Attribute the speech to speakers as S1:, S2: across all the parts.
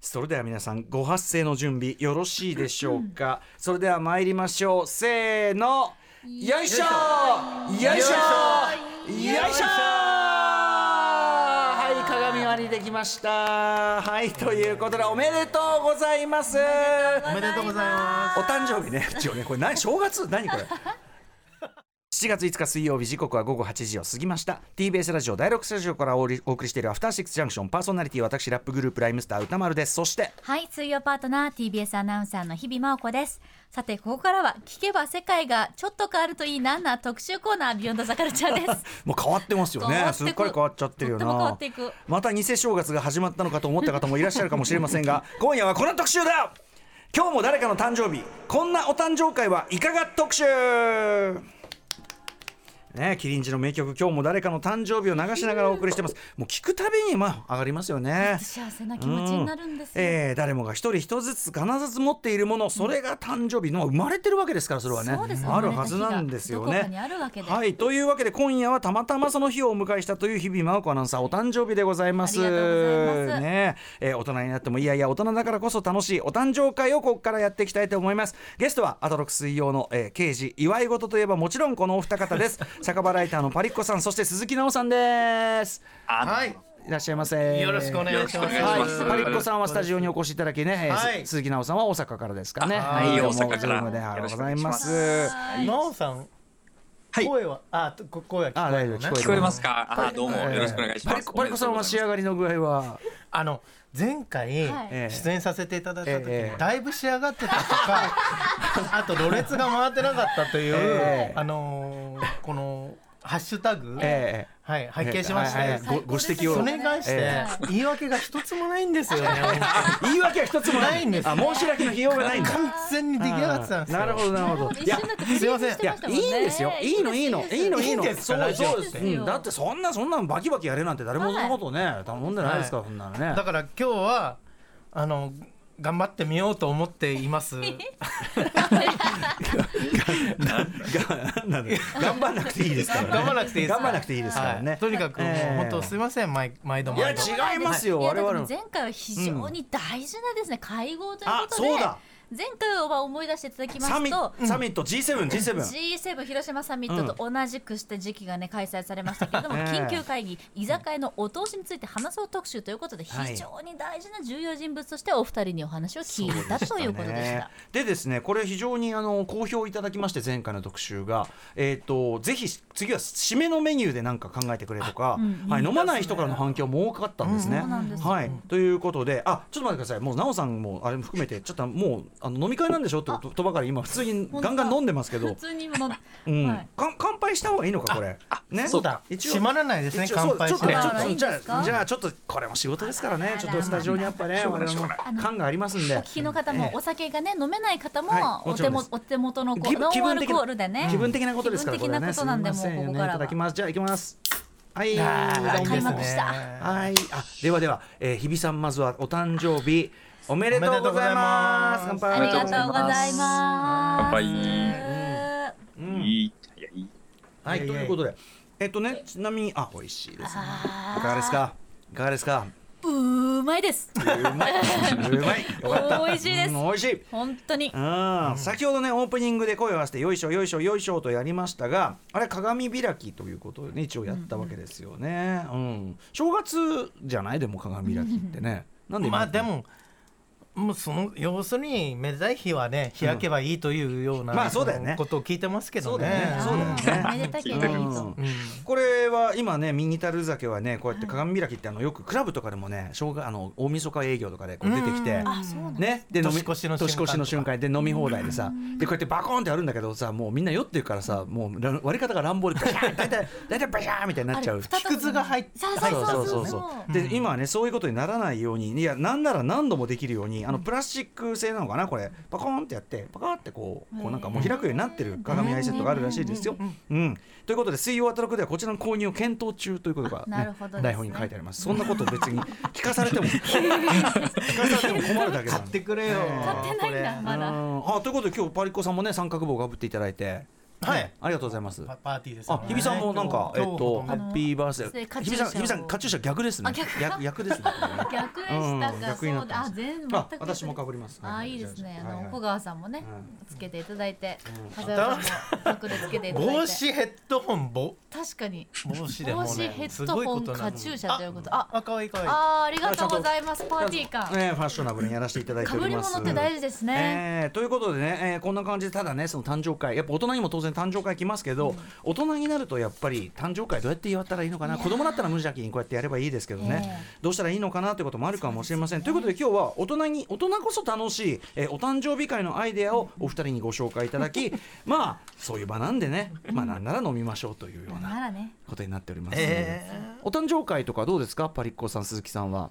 S1: それでは皆さんご発声の準備よろしいでしょうか、それでは参りましょうせーのよいしょよいしょよいしょはい鏡割りできましたはいということでおめでとうございます
S2: おめでとうございます
S1: お誕生日ね一応ねこれ何正月何これ7月5日水曜日時刻は午後8時を過ぎました TBS ラジオ第6スタジオからおりお送りしているアフターシックスジャンクションパーソナリティ私ラップグループライムスター歌丸ですそして
S3: はい、水曜パートナー TBS アナウンサーの日々真央子です。さて、ここからは聞けば世界がちょっと変わるといいなな特集コーナービヨンドザカルチャー です。
S1: もう変わってますよ
S3: 変
S1: ね
S3: わって
S1: す
S3: く
S1: っかり変わっちゃってるよ
S3: とっても変わ
S1: な
S3: っていく
S1: また偽正月が始まったのかと思った方もいらっしゃるかもしれません が今夜はこの特集だ今日も誰かの誕生日こんなお誕生会はいかが特集ね、キリンジの名曲「今日も誰かの誕生日」を流しながらお送りしてますもう聞くたびにまあ上がりますよね
S3: 幸せな気持ちになるんですよ。
S1: えー誰もが一人一ずつ必ず持っているものそれが誕生日の生まれてるわけですからそれはね
S3: そうです
S1: あるはずなんですよ
S3: 生まれた日がど
S1: ね。
S3: こかにあるわけで
S1: はいというわけで今夜はたまたまその日をお迎えしたという日々真央子アナウンサーお誕生日でございます。
S3: ありがとうございます
S1: ねえー大人になってもいやいや大人だからこそ楽しいお誕生会をここからやっていきたいと思いますゲストはアトロク水曜の、えー、刑事祝い事といえばもちろんこのお二方です 酒場ライターのパリッコさんそして鈴木奈緒さんです
S2: はい
S1: いらっしゃいませ
S2: よろしくお願いします
S1: はい、パリッコさんはスタジオにお越しいただきね、えー
S2: はい
S1: 鈴木奈緒さんは大阪からですかね。
S4: はい
S1: どうも
S4: 大阪から
S1: ズームでありがとうございま
S4: よ
S1: す。
S2: 真央さん
S4: はい
S2: 声はあとこ声は
S1: あ大丈
S2: 聞
S1: 夫
S2: こえる
S1: 聞
S4: 聞
S2: のね
S1: こ
S4: こ
S1: え
S4: え
S1: ま
S4: ますすか。あ、どうもよろしくお願いし
S1: パ
S4: ま
S1: リッ
S4: す。
S1: コパリッコさんは仕上
S4: が
S1: がりの具合は、
S2: あの前回
S3: はい
S2: 出演させていただいた時
S1: ええ
S2: にだいぶ仕上がってたと かあとろれつが回ってなかったとい
S1: ええ
S2: うあのーこのハッシュタグ
S1: え
S2: はい
S1: え
S2: 拝見しまし
S1: はいはい
S2: て
S1: ごご指摘
S2: そ
S1: を。
S2: れに関し
S1: え
S2: て言い訳が一つもないん ですよね
S1: 言い訳は一つもない
S2: ないんです
S1: あ、申し訳の費用がないんだ。
S2: 完全に出来上がってたんですよ
S1: なるほどなるほど。い
S3: 一
S1: や
S3: 瞬だって
S2: すいませ
S3: フ
S2: ん
S1: いや
S3: リーズしてましたも
S1: い
S3: んね
S1: いんですよ。いいのいいのいいのいいの。
S2: いいんですか
S1: そう
S2: ラジ
S1: そ
S2: オ
S1: う
S2: って
S1: うんだってそんなそんなんバキバキやれなんて誰もそんなことね頼んでないですからそんなのね
S2: だ。から今日はあの頑張ってみようと思っています。
S1: がなんだ 頑張らなくていいですからね。
S2: 頑張らなくていいです
S1: 頑張らなくていいですから
S2: は
S1: ね
S2: い。とにかくもう
S1: ええ
S2: 本当すいません毎毎度
S1: いや
S2: 毎度。
S1: 違いますよ
S3: いや
S1: 我
S3: だって
S1: 々も
S3: 前回は非常に大事なですね、会合という
S1: あ
S3: ことで
S1: そうだ
S3: 前回は思い出していただきま
S1: サミ
S3: すと
S1: サミット G7 G7
S3: G7 広島サミットと同じくして時期がね開催されましたけれ ども、
S1: うん
S3: 緊急会議居酒屋のお通しについて話そう特集ということで
S1: はい
S3: 非常に大事な重要人物としてお二人にお話を聞いたということでした。
S1: ねでですねこれ非常にあの好評いただきまして前回の特集がえっ、とぜひ次は締めのメニューで何か考えてくれとか、はい、飲まない人からの反響も多かったんですね。
S3: そうなんですよ
S1: はいということであちょっと待ってくださいもう奈緒さんもあれも含めてちょっともうあの飲み会なんでしょってこととばかり今普通にガンガン飲んでますけ
S3: 普
S1: ど、
S3: 通に今の、
S1: うん
S3: はい
S1: かん乾杯した方がいいのかこれ。ね
S2: そうだ
S1: 一応
S2: 閉まらないですね
S1: 一応
S2: 乾杯
S1: そうち
S2: し
S1: ょ
S2: て
S1: っとち
S3: ね
S1: ょ
S3: あら
S1: っと
S3: いい
S1: じ
S3: で
S1: ゃ
S3: す
S1: あ
S3: か
S1: じゃあちょっとこれも仕事ですからね
S3: あら
S1: ちょっとスタジオにやっぱね我々も感がありますんで
S3: お聞きの方もお酒がね飲めない方も
S1: はいも
S3: お
S1: ちろん
S3: 手
S1: で
S3: も
S1: す
S3: お手元のこ
S1: 気
S3: う
S1: 分
S3: ノンア
S1: 気分
S3: ル
S1: 的な
S3: コールでね
S1: 気分的なことですから
S3: 気分的なことなんで
S1: これはねす
S3: もう
S1: み
S3: こ
S1: ませんねい
S3: こから
S1: ただき
S3: は
S1: ますじゃあいきますはい
S2: あー
S1: どうも
S3: 開
S1: です
S3: 幕した
S1: はいあではでは、えー、日比さんまずはお誕生日おめでとうございます
S2: おめでとうござい
S1: 乾
S3: あ
S2: ます
S3: り
S1: 杯
S3: がとうございます。
S4: 乾杯
S1: うん
S4: いい、いやいい。
S1: はいということでえっとねちなみにあ美味しいですねいかがですかいかがですか
S3: うまいです。
S1: うまいうまいよかった
S3: 美味しいです
S1: うん美味しい
S3: 本当に。
S1: うん、先ほどねオープニングで声を合わせて「よいしょよいしょよいしょ」とやりましたがあれ鏡開きということで、ね、一応やったわけですよね、うん正月じゃないでも鏡開きってね、なんで今
S2: まあでも。もうその要するにめでたい日はね開けばいいというような、
S1: まあそうだよね
S2: ことを聞いてますけ
S1: そ
S2: ど
S1: うだよ
S2: ね
S1: ね。そうだよね
S3: あーめでたければいいと。
S2: うん
S1: これは今ねミニタル酒はねこうやって鏡開きってあのよくクラブとかでもね正月あの大晦日営業とかでこう出てきて、
S2: うん
S3: あ、そうなんだ。
S1: ね、で飲み
S2: 年越しの瞬間とか
S1: 年越しの瞬間で飲み放題でさでこうやってバコーンってやるんだけどさもうみんな酔ってるからさもうら割り方が乱暴でバシャーン大体大体バシャーンみたいになっちゃう。
S2: 卑屈が入っ
S3: そう
S1: はい
S3: そうそうそう
S2: う
S1: で
S2: うん
S1: 今はねそういうことにならないようにいやなんなら何度もできるようにあのプラスチック製なのかなこれパコーンってやってパカーってこうこうなんかもう開くようになってる鏡アイセットがあるらしいですよ。うん、ということで水曜アトロクではこちらの購入を検討中ということが、
S3: あなるほどですね
S1: 台本に書いてあります。そんなこと別に聞かされても聞かされても困るだけだ
S2: 買ってくれよ
S1: 買
S3: ってないんだ
S2: これ
S3: まだ
S1: うんあということで今日パリッコさんもね三角棒をかぶっていただいて
S2: はい
S1: ありがとうございます
S2: パパーティーです
S1: あ日比さんもなんか、えっとハ
S3: あの
S1: ッピーバースデ
S3: カ
S1: ー
S3: チ
S1: 日
S3: ュー
S1: 比さん日
S3: シャを
S1: 比さんカチューシャ逆ですね
S3: あ逆
S1: 逆逆ですね
S3: 逆でした
S1: うん
S3: か、
S1: 逆になっ
S3: そ
S1: てま
S3: うだ
S1: す
S3: あ全部
S1: あ
S3: 全く
S1: 私も被ります
S3: あいいですね、
S1: はいはい
S3: あの小川さんもね、
S1: う
S3: つけていただいて
S1: うん
S3: 風間さんも服でつけていただいて
S2: 帽子ヘッドホンぼ
S3: 確かに
S2: 帽子でも
S3: 帽
S2: う
S3: 子
S2: ね
S3: ヘッ
S2: す
S3: ド
S2: ごい
S3: ホ
S2: こ
S3: ン
S2: とに
S3: カ
S2: なる
S3: チューシャということあ
S2: あ可愛い可愛い
S3: あーありがとうございますパーティー感
S1: ねファッショナブルにやらせていただいて
S3: か
S1: お
S3: ぶ
S1: り
S3: り
S1: ます
S3: 物って大事ですね、
S1: えーということでね、えーこんな感じでただねその誕生会やっぱ大人にも当然誕生会来ますけど、大人になるとやっぱり誕生会どうやって祝ったらいいのかな子供だったら無邪気にこうやってやればいいですけどね、
S3: ええ
S1: どうしたらいいのかなということもあるかもしれません、ということで今日は大人に大人こそ楽しい、えーお誕生日会のアイデアをお二人にご紹介いただきまあそういう場なんでねまあなんなら飲みましょうというよう
S3: な
S1: な
S3: らね
S1: ことになっております、
S2: えー
S1: お誕生会とかどうですかパリッコさん鈴木さんは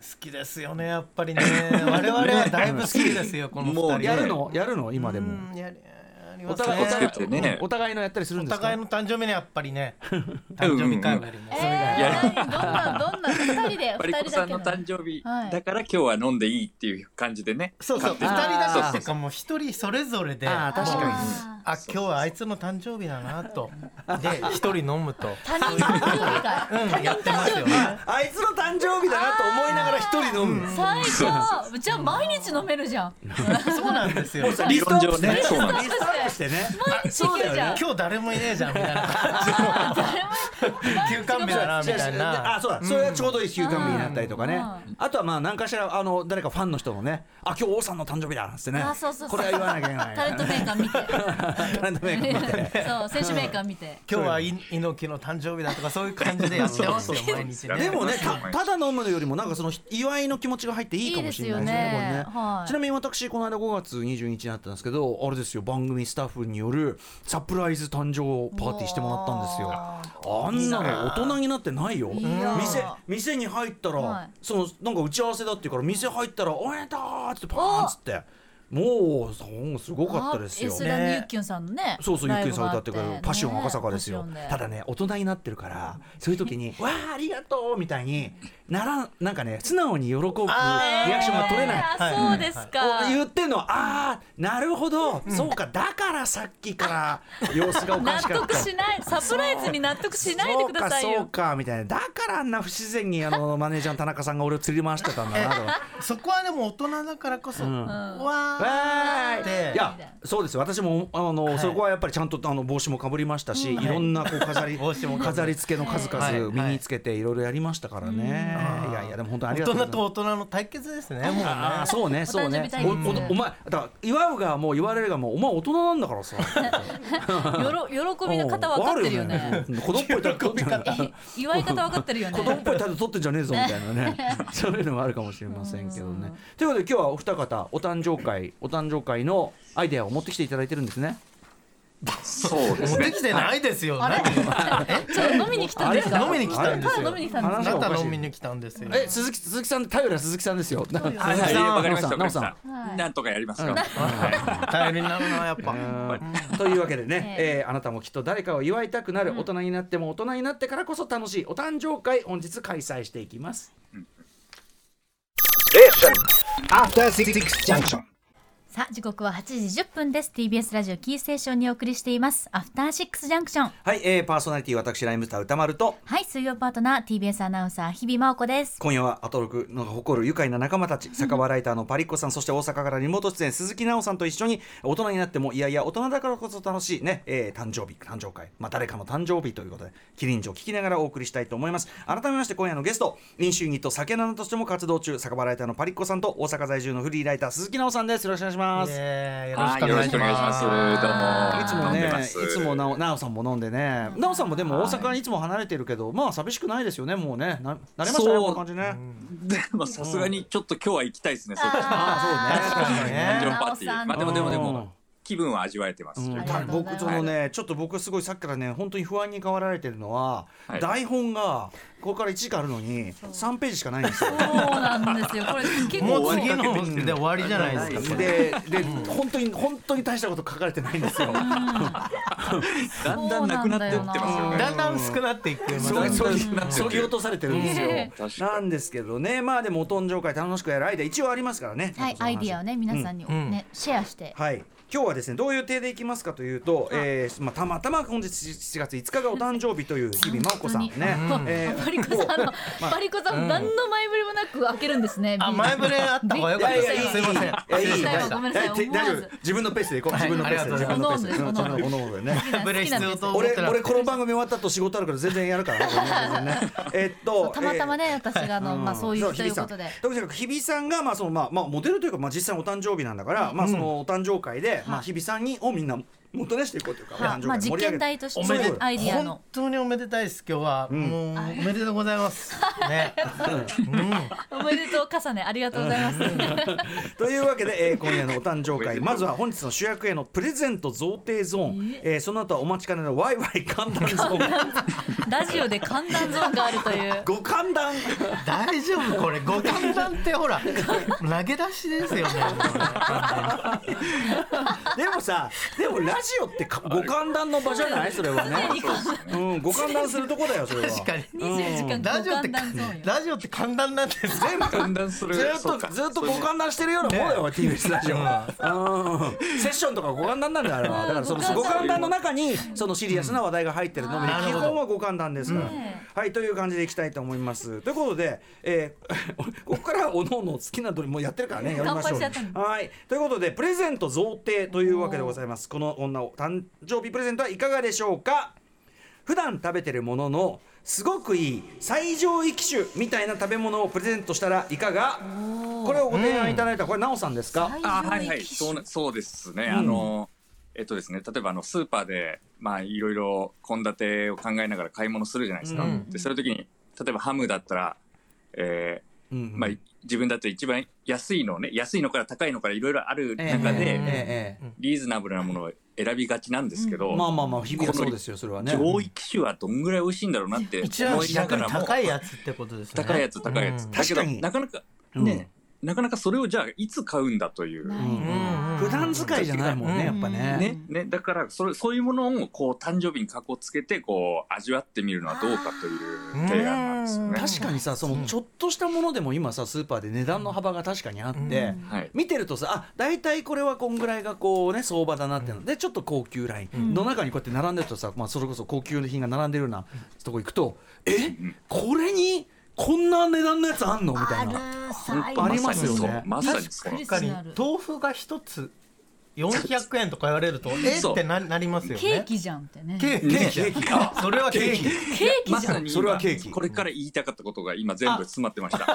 S2: 好きですよねやっぱりね我々はだいぶ好きですよこの二人
S4: もう
S1: やるのやるの今でも
S2: うんやりやり
S1: お
S2: ますね
S1: 互いお互い
S4: つけてね
S1: うんお互いのやったりするん
S2: お
S1: ですか
S2: 互いの誕生日ねやっぱりね誕生日会をやりま
S3: え
S2: す
S3: ー、何どんなどんな二人で
S4: パ
S3: 二
S4: リ
S3: 人
S4: コ
S3: だ
S4: さん
S3: け
S4: の
S3: の
S4: 誕生日
S3: はい
S4: だから今日は飲んでいいっていう感じでね。
S2: そうそう二人
S1: 勝手に
S2: だけって
S1: そ
S2: いううかもう一人それぞれで
S1: あー確かに
S3: あ
S2: あ今日はあいつの誕生日だなとで一人飲むと
S3: ー他人誕生日
S2: うん
S3: 会
S2: やってますよね
S1: あいつの誕生日だなと思いながら一人飲む。
S3: 最高じゃあ毎日飲める じゃん
S2: そうなんですよ
S1: さ
S4: 理論上ね。そうなんで
S1: リストアップしてね。
S3: 毎日行けるじゃん、
S2: 今日誰もいねえじゃんみたいな感じの休館日だなみたいな
S1: あ、そうだ。それはちょうどいい休館日になったりとかね
S3: う。
S1: あとはまあ何かしらあの誰かファンの人のね、あ今日王さんの誕生日だなんつってね
S3: あそうそうそう。
S1: これは言わなきゃいけない。
S3: タレントメーカー見て
S1: タレントメイク見 て。
S3: そう選手メーカー見て
S2: 今日はい猪木の誕生日だとかそういう感じでやってますよ毎日ね
S1: でもね、たただ飲むのよりもなんかその祝いの気持ちが入っていいかもしれないですね。
S3: いいですよね
S1: これね
S3: はい
S1: ちなみに私この間5月22日になったんですけど、あれですよ番組スタッフによるサプライズ誕生パーティーしてもらったんですよ。あんなの大人になってないよ。
S3: いやー
S1: 店店に入ったら、
S3: はい
S1: そのなんか打ち合わせだっていうから店入ったらおめでとうっつってパーンっつって、もうそうすごかったですよ
S3: あエ。スラニューキュンさんのね
S1: そうそうゆっくりさん歌ってくれ
S3: ライブがあ
S1: るパシオン赤坂ですよ。
S3: ね
S1: ただね大人になってるからそういう時にわあありがとうみたいにならなんかね素直に喜ぶリ
S2: あー
S1: アクションが取れない。
S3: あーそうですか、
S1: お言ってんのはああなるほど、そうかだからさっきから様子がおか
S3: 納
S1: しかっ
S3: 得
S1: た
S3: しないサプライズに納得しないでください
S1: そうかそう
S3: よ
S1: かみたいなだからあんな不自然にあのマネージャーの田中さんが俺を釣り回してたんだなとわ
S2: そこはでも大人だからこそ、
S1: ん
S2: わ
S1: ー
S2: で
S1: いいやそうですよ私もあの、
S2: い
S1: そこはやっぱりちゃんとあの帽子もかぶりましたし、いろんなこう飾り
S2: 帽子も被る
S1: 飾り付けの数々
S2: はい
S1: 身につけていろいろやりましたからね、い、やいやでも本当にあ
S2: ー
S1: りがとうござ
S2: 大
S1: い
S2: 人
S1: ます
S2: と大人の対決ですねもうね
S1: ああそうねそう
S3: お誕生
S1: ね
S3: 日対
S1: お
S3: 決
S1: おお前だから祝うがもう言われるがもうお前大人なんだからさ
S3: よろ喜びの方分かってるよね
S1: うん 子供っぽい態度取ってんじゃない
S3: え祝い方分かってるよね
S1: 子供っぽい態度取ってんじゃねえぞみたいなね そういうのもあるかもしれませんけどねということで今日はお二方お誕生会お誕生会のアイデアを持ってきていただいてるんですね
S4: す。そうで
S2: 持
S4: す
S2: って
S4: ね。
S2: きてないですよ、
S3: あれ
S2: 何
S3: ちょっと飲みに来たんですか
S2: あれ飲みに来たんですよ
S3: はい飲みに来たんです
S1: 話
S2: あ
S1: がお
S2: な
S1: かしい
S2: た飲みに来たんですよ
S1: え鈴木鈴木さん頼りは鈴木さんですよな鈴木
S4: はいはい
S1: さん
S4: わかりました。
S1: な
S4: わかり
S1: お
S4: まし
S1: さん
S4: た
S3: はい。
S4: なんとかやりますよ。
S2: 頼りになるなやっぱ、
S1: うんというわけでね、
S3: え
S1: えーあなたもきっと誰かを祝いたくなる、大人になっても大人になってからこそ楽しいお誕生会本日開催していきます。
S5: After Six Junction.
S3: さあ時刻は8時10分です TBS ラジオキーステーションにお送りしていますアフターシックスジャンクション
S1: はい、えーパーソナリティ私ライムスター歌丸と
S3: はい水曜パートナー TBS アナウンサー日比真央子です
S1: 今夜はアトロクの誇る愉快な仲間たち酒場ライターのパリッコさんそして大阪からリモート出演鈴木奈緒さんと一緒に大人になってもいやいや大人だからこそ楽しいね、えー誕生日誕生会、まあ、誰かの誕生日ということでキリンジを聞きながらお送りしたいと思います改めまして今夜のゲスト飲酒ユニット酒ナナとしても活動中酒場ライターのパリッコさんと大阪在住のフリーライター鈴木奈緒さんですよろしくお願いします
S2: イエ
S4: はい
S2: ーイ
S4: よ
S2: よろ
S4: ろ
S2: し
S4: し
S2: く
S4: くお
S2: お願
S4: 願
S2: い
S4: いしま
S2: しま
S4: すす。どう
S1: いつもね
S4: も。飲んでま、す
S1: いつもなおなおさんも飲んでね、なおさんもでも大阪いつも離れてるけど、まあ寂しくないですよね、もうね、な慣れましたね、
S4: そう
S1: この感じね。
S4: でもさすがにちょっと今日は行きたいですね。そっち
S1: あ
S2: ーそうね確かに
S4: 誕
S2: ね
S4: 生日パーティー。まあでもでもで
S1: うん
S4: も気分は味わえてます。
S1: うん
S3: ありがとうございます
S1: 僕そのね、ちょっと僕すごいさっきからね、本当に不安に変わられてるのは、
S4: はい
S1: 台本がここから1時間あるのに3ページしかないんですよ
S3: そうなんですよこれ結構
S2: もう
S4: 終わり
S2: 次
S4: かけて
S2: ので終わりじゃないですかこれ
S1: でで本当に本当に大したこと書かれてないんです よ。
S4: だんだんなくなってってますよね。
S2: だんだん薄くなっていく
S1: そぎ
S4: う
S1: そぎ
S4: そう
S1: そぎ落とされてるんですよ
S3: え。
S4: え
S1: なんですけどねまあでもお誕生会楽しくやるアイデア一応ありますからね。
S3: はい、アイディアをね皆さんにね、シェアして、
S1: はい、今日はですねどういう体でいきますかというと、えーまあ、たまたま本日7月5日がお誕生日という日々真央子さんね
S3: 本当に、
S1: えー
S3: バリコさんの、バリコさん何の前触れもなく開けるんですね。
S2: あ前触れあった方が良かったですねすいませ
S1: い
S2: ん失
S1: やい
S2: 礼
S1: い
S2: しまし
S3: ご
S2: た
S3: めんなさい
S1: 大
S3: 思わず
S1: 丈夫自分のペースでいこう
S2: はい
S1: 自分のペースで
S2: あり
S1: 自
S2: が
S1: 分
S3: とう
S1: のペ
S3: ご
S1: ース
S3: ざ
S1: で
S3: い
S1: うん
S3: ます
S1: おのおのでね
S3: 好きなん
S2: ブレ必要と思っ
S1: 俺
S2: てな
S1: 俺この番組終わった後仕事あるから全然やるからごめんなさいねえっと
S3: たまたまね、私があの、
S1: ん
S3: まあそういう
S1: そ
S3: というこ
S1: 日
S3: とで
S1: 比さんとにかく日比さんがまあそのまあまあモデルというかまあ実際お誕生日なんだから、まあそのお誕生会で、まあ日比さんにをみんなもてなしていこうというか、お
S3: は
S1: 誕
S3: い
S1: 生
S3: まあ
S1: 会盛
S3: 実
S1: り上げ
S3: 験
S1: て
S3: 台とし
S2: おめ
S3: て
S2: で
S3: アイディアの
S2: 本当におめでたいです今日は、もうおめでとうございますね、
S3: おめでとう重ねありがとうございます。
S1: というわけで、えー今夜のお誕生会まずは本日の主役へのプレゼント贈呈ゾーン、えーその後はお待ちかねのワイワイ寒暖ゾーン
S3: ラジオで寒暖ゾーンがあるという。
S1: ご寒暖
S2: 大丈夫これ五感なんてほら投げ出しですよね
S1: でもさでもラジオってかご寒暖の場じゃない それはね、うん、ご寒暖するとこだよそれは
S2: 確かに
S3: 二十時間
S2: ラジオって
S3: 寒暖ゾーンよ。
S2: ラジオって簡単なんです全部
S4: だんだんそれ
S1: ず
S4: そう
S1: っと
S4: か
S1: ずっとご寒暖してるようなもんだよ、TBS ラジオは、うんセッションとかご寒暖なんだよあれはだからその
S3: うん
S1: ご寒暖の中にそのシリアスな話題が入ってるのみ
S2: うん
S1: 基本はご寒暖ですから、
S3: ね
S1: はいという感じでいきたいと思いますということで、えー ここからはおのおの好きなどにもうやってるからねやりましょ
S3: 乾杯しちゃった
S1: う
S3: の
S1: はいということでプレゼント贈呈というわけでございますこの女を誕生日プレゼントはいかがでしょうか普段食べてるもののすごくいい最上位機種みたいな食べ物をプレゼントしたらいかがこれをご提案いただいたこれ奈緒さんですか、
S4: あはいはいそうなそうですね、あのえっとですね例えばあのスーパーでまあいろいろ献立を考えながら買い物するじゃないですか、
S2: うん
S4: でそういう時に例えばハムだったら、え
S1: う
S4: ー
S1: ん
S4: まあ、自分だって一番安いのね安いのから高いのからいろいろある
S1: ええ
S4: 中で、
S1: ええええ
S4: リーズナブルなものを選びがちなんですけど、
S1: まあまあまあ日々はそうですよそれはね
S4: 上位機種はどんぐらい美味しいんだろうなって
S2: 一番
S4: 思いながらも
S2: 高いやつってことですね
S4: 高いやつ高いやつ、
S2: うん
S4: だけ
S1: 確
S4: ど
S1: かに
S4: なかなかね、なかなかそれをじゃあいつ買うんだという、
S1: うんうん普段使いじゃないもんねやっぱね
S4: ねね、だからそれそういうものをこう誕生日にかこつけてこう味わってみるのはどうかという提案なんですよね。
S1: 確かにさそのちょっとしたものでも今さスーパーで値段の幅が確かにあって、
S4: はい
S1: 見てるとさあ大体これはこんぐらいがこうね相場だなってのでちょっと高級ラインの中にこうやって並んでるとさ、まあ、それこそ高級品が並んでるようなとこ行くとえこれにこんな値段のやつあんのみたいな。
S3: さ
S1: ありますよね
S4: まさにそうまさ
S3: 確か
S4: にそう
S2: 確かに豆腐が一つ400円とか言われるとえっ
S4: そう
S2: てななりますよね
S3: ケーキじゃんってね。
S2: ケーキケーキそれはケーキ
S3: ケーキ
S4: ま
S3: じゃ
S4: さ
S3: ん。
S4: に
S1: それはケーキ
S4: これから言いたかったことが今全部詰まってました。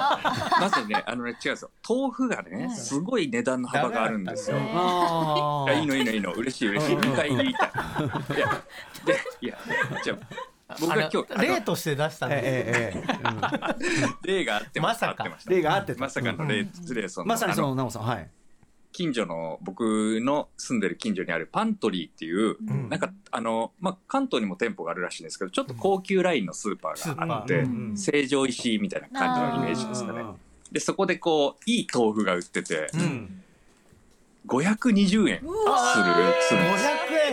S4: まさにね、あのね、違うんですよ。豆腐がね、すごい値段の幅があるんですよ。
S1: あ
S4: いやいいのいいのいいの、嬉しい嬉しい。2回言いたい。いや、で、いや、じゃあ僕が今
S2: あの
S4: 日、
S2: 例として出したん
S1: ええ
S2: で
S1: ええええ
S4: 例があって
S2: まさか
S4: 合ってまし
S1: うん例があって
S4: た。
S1: た
S4: まさかの例、失礼その
S1: まさにそ
S4: あ
S1: の奈緒さんはい
S4: 近所の僕の住んでる近所にあるパントリーっていう、
S2: ん
S4: なんかあの、まあ、関東にも店舗があるらしいんですけどちょっと高級ラインのスーパーがあって、
S1: うんうん
S4: 成城石井みたいな感じのイメージですかね
S1: うんうんうん
S4: でそこでこういい豆腐が売ってて、
S1: うん
S4: 520円するするんです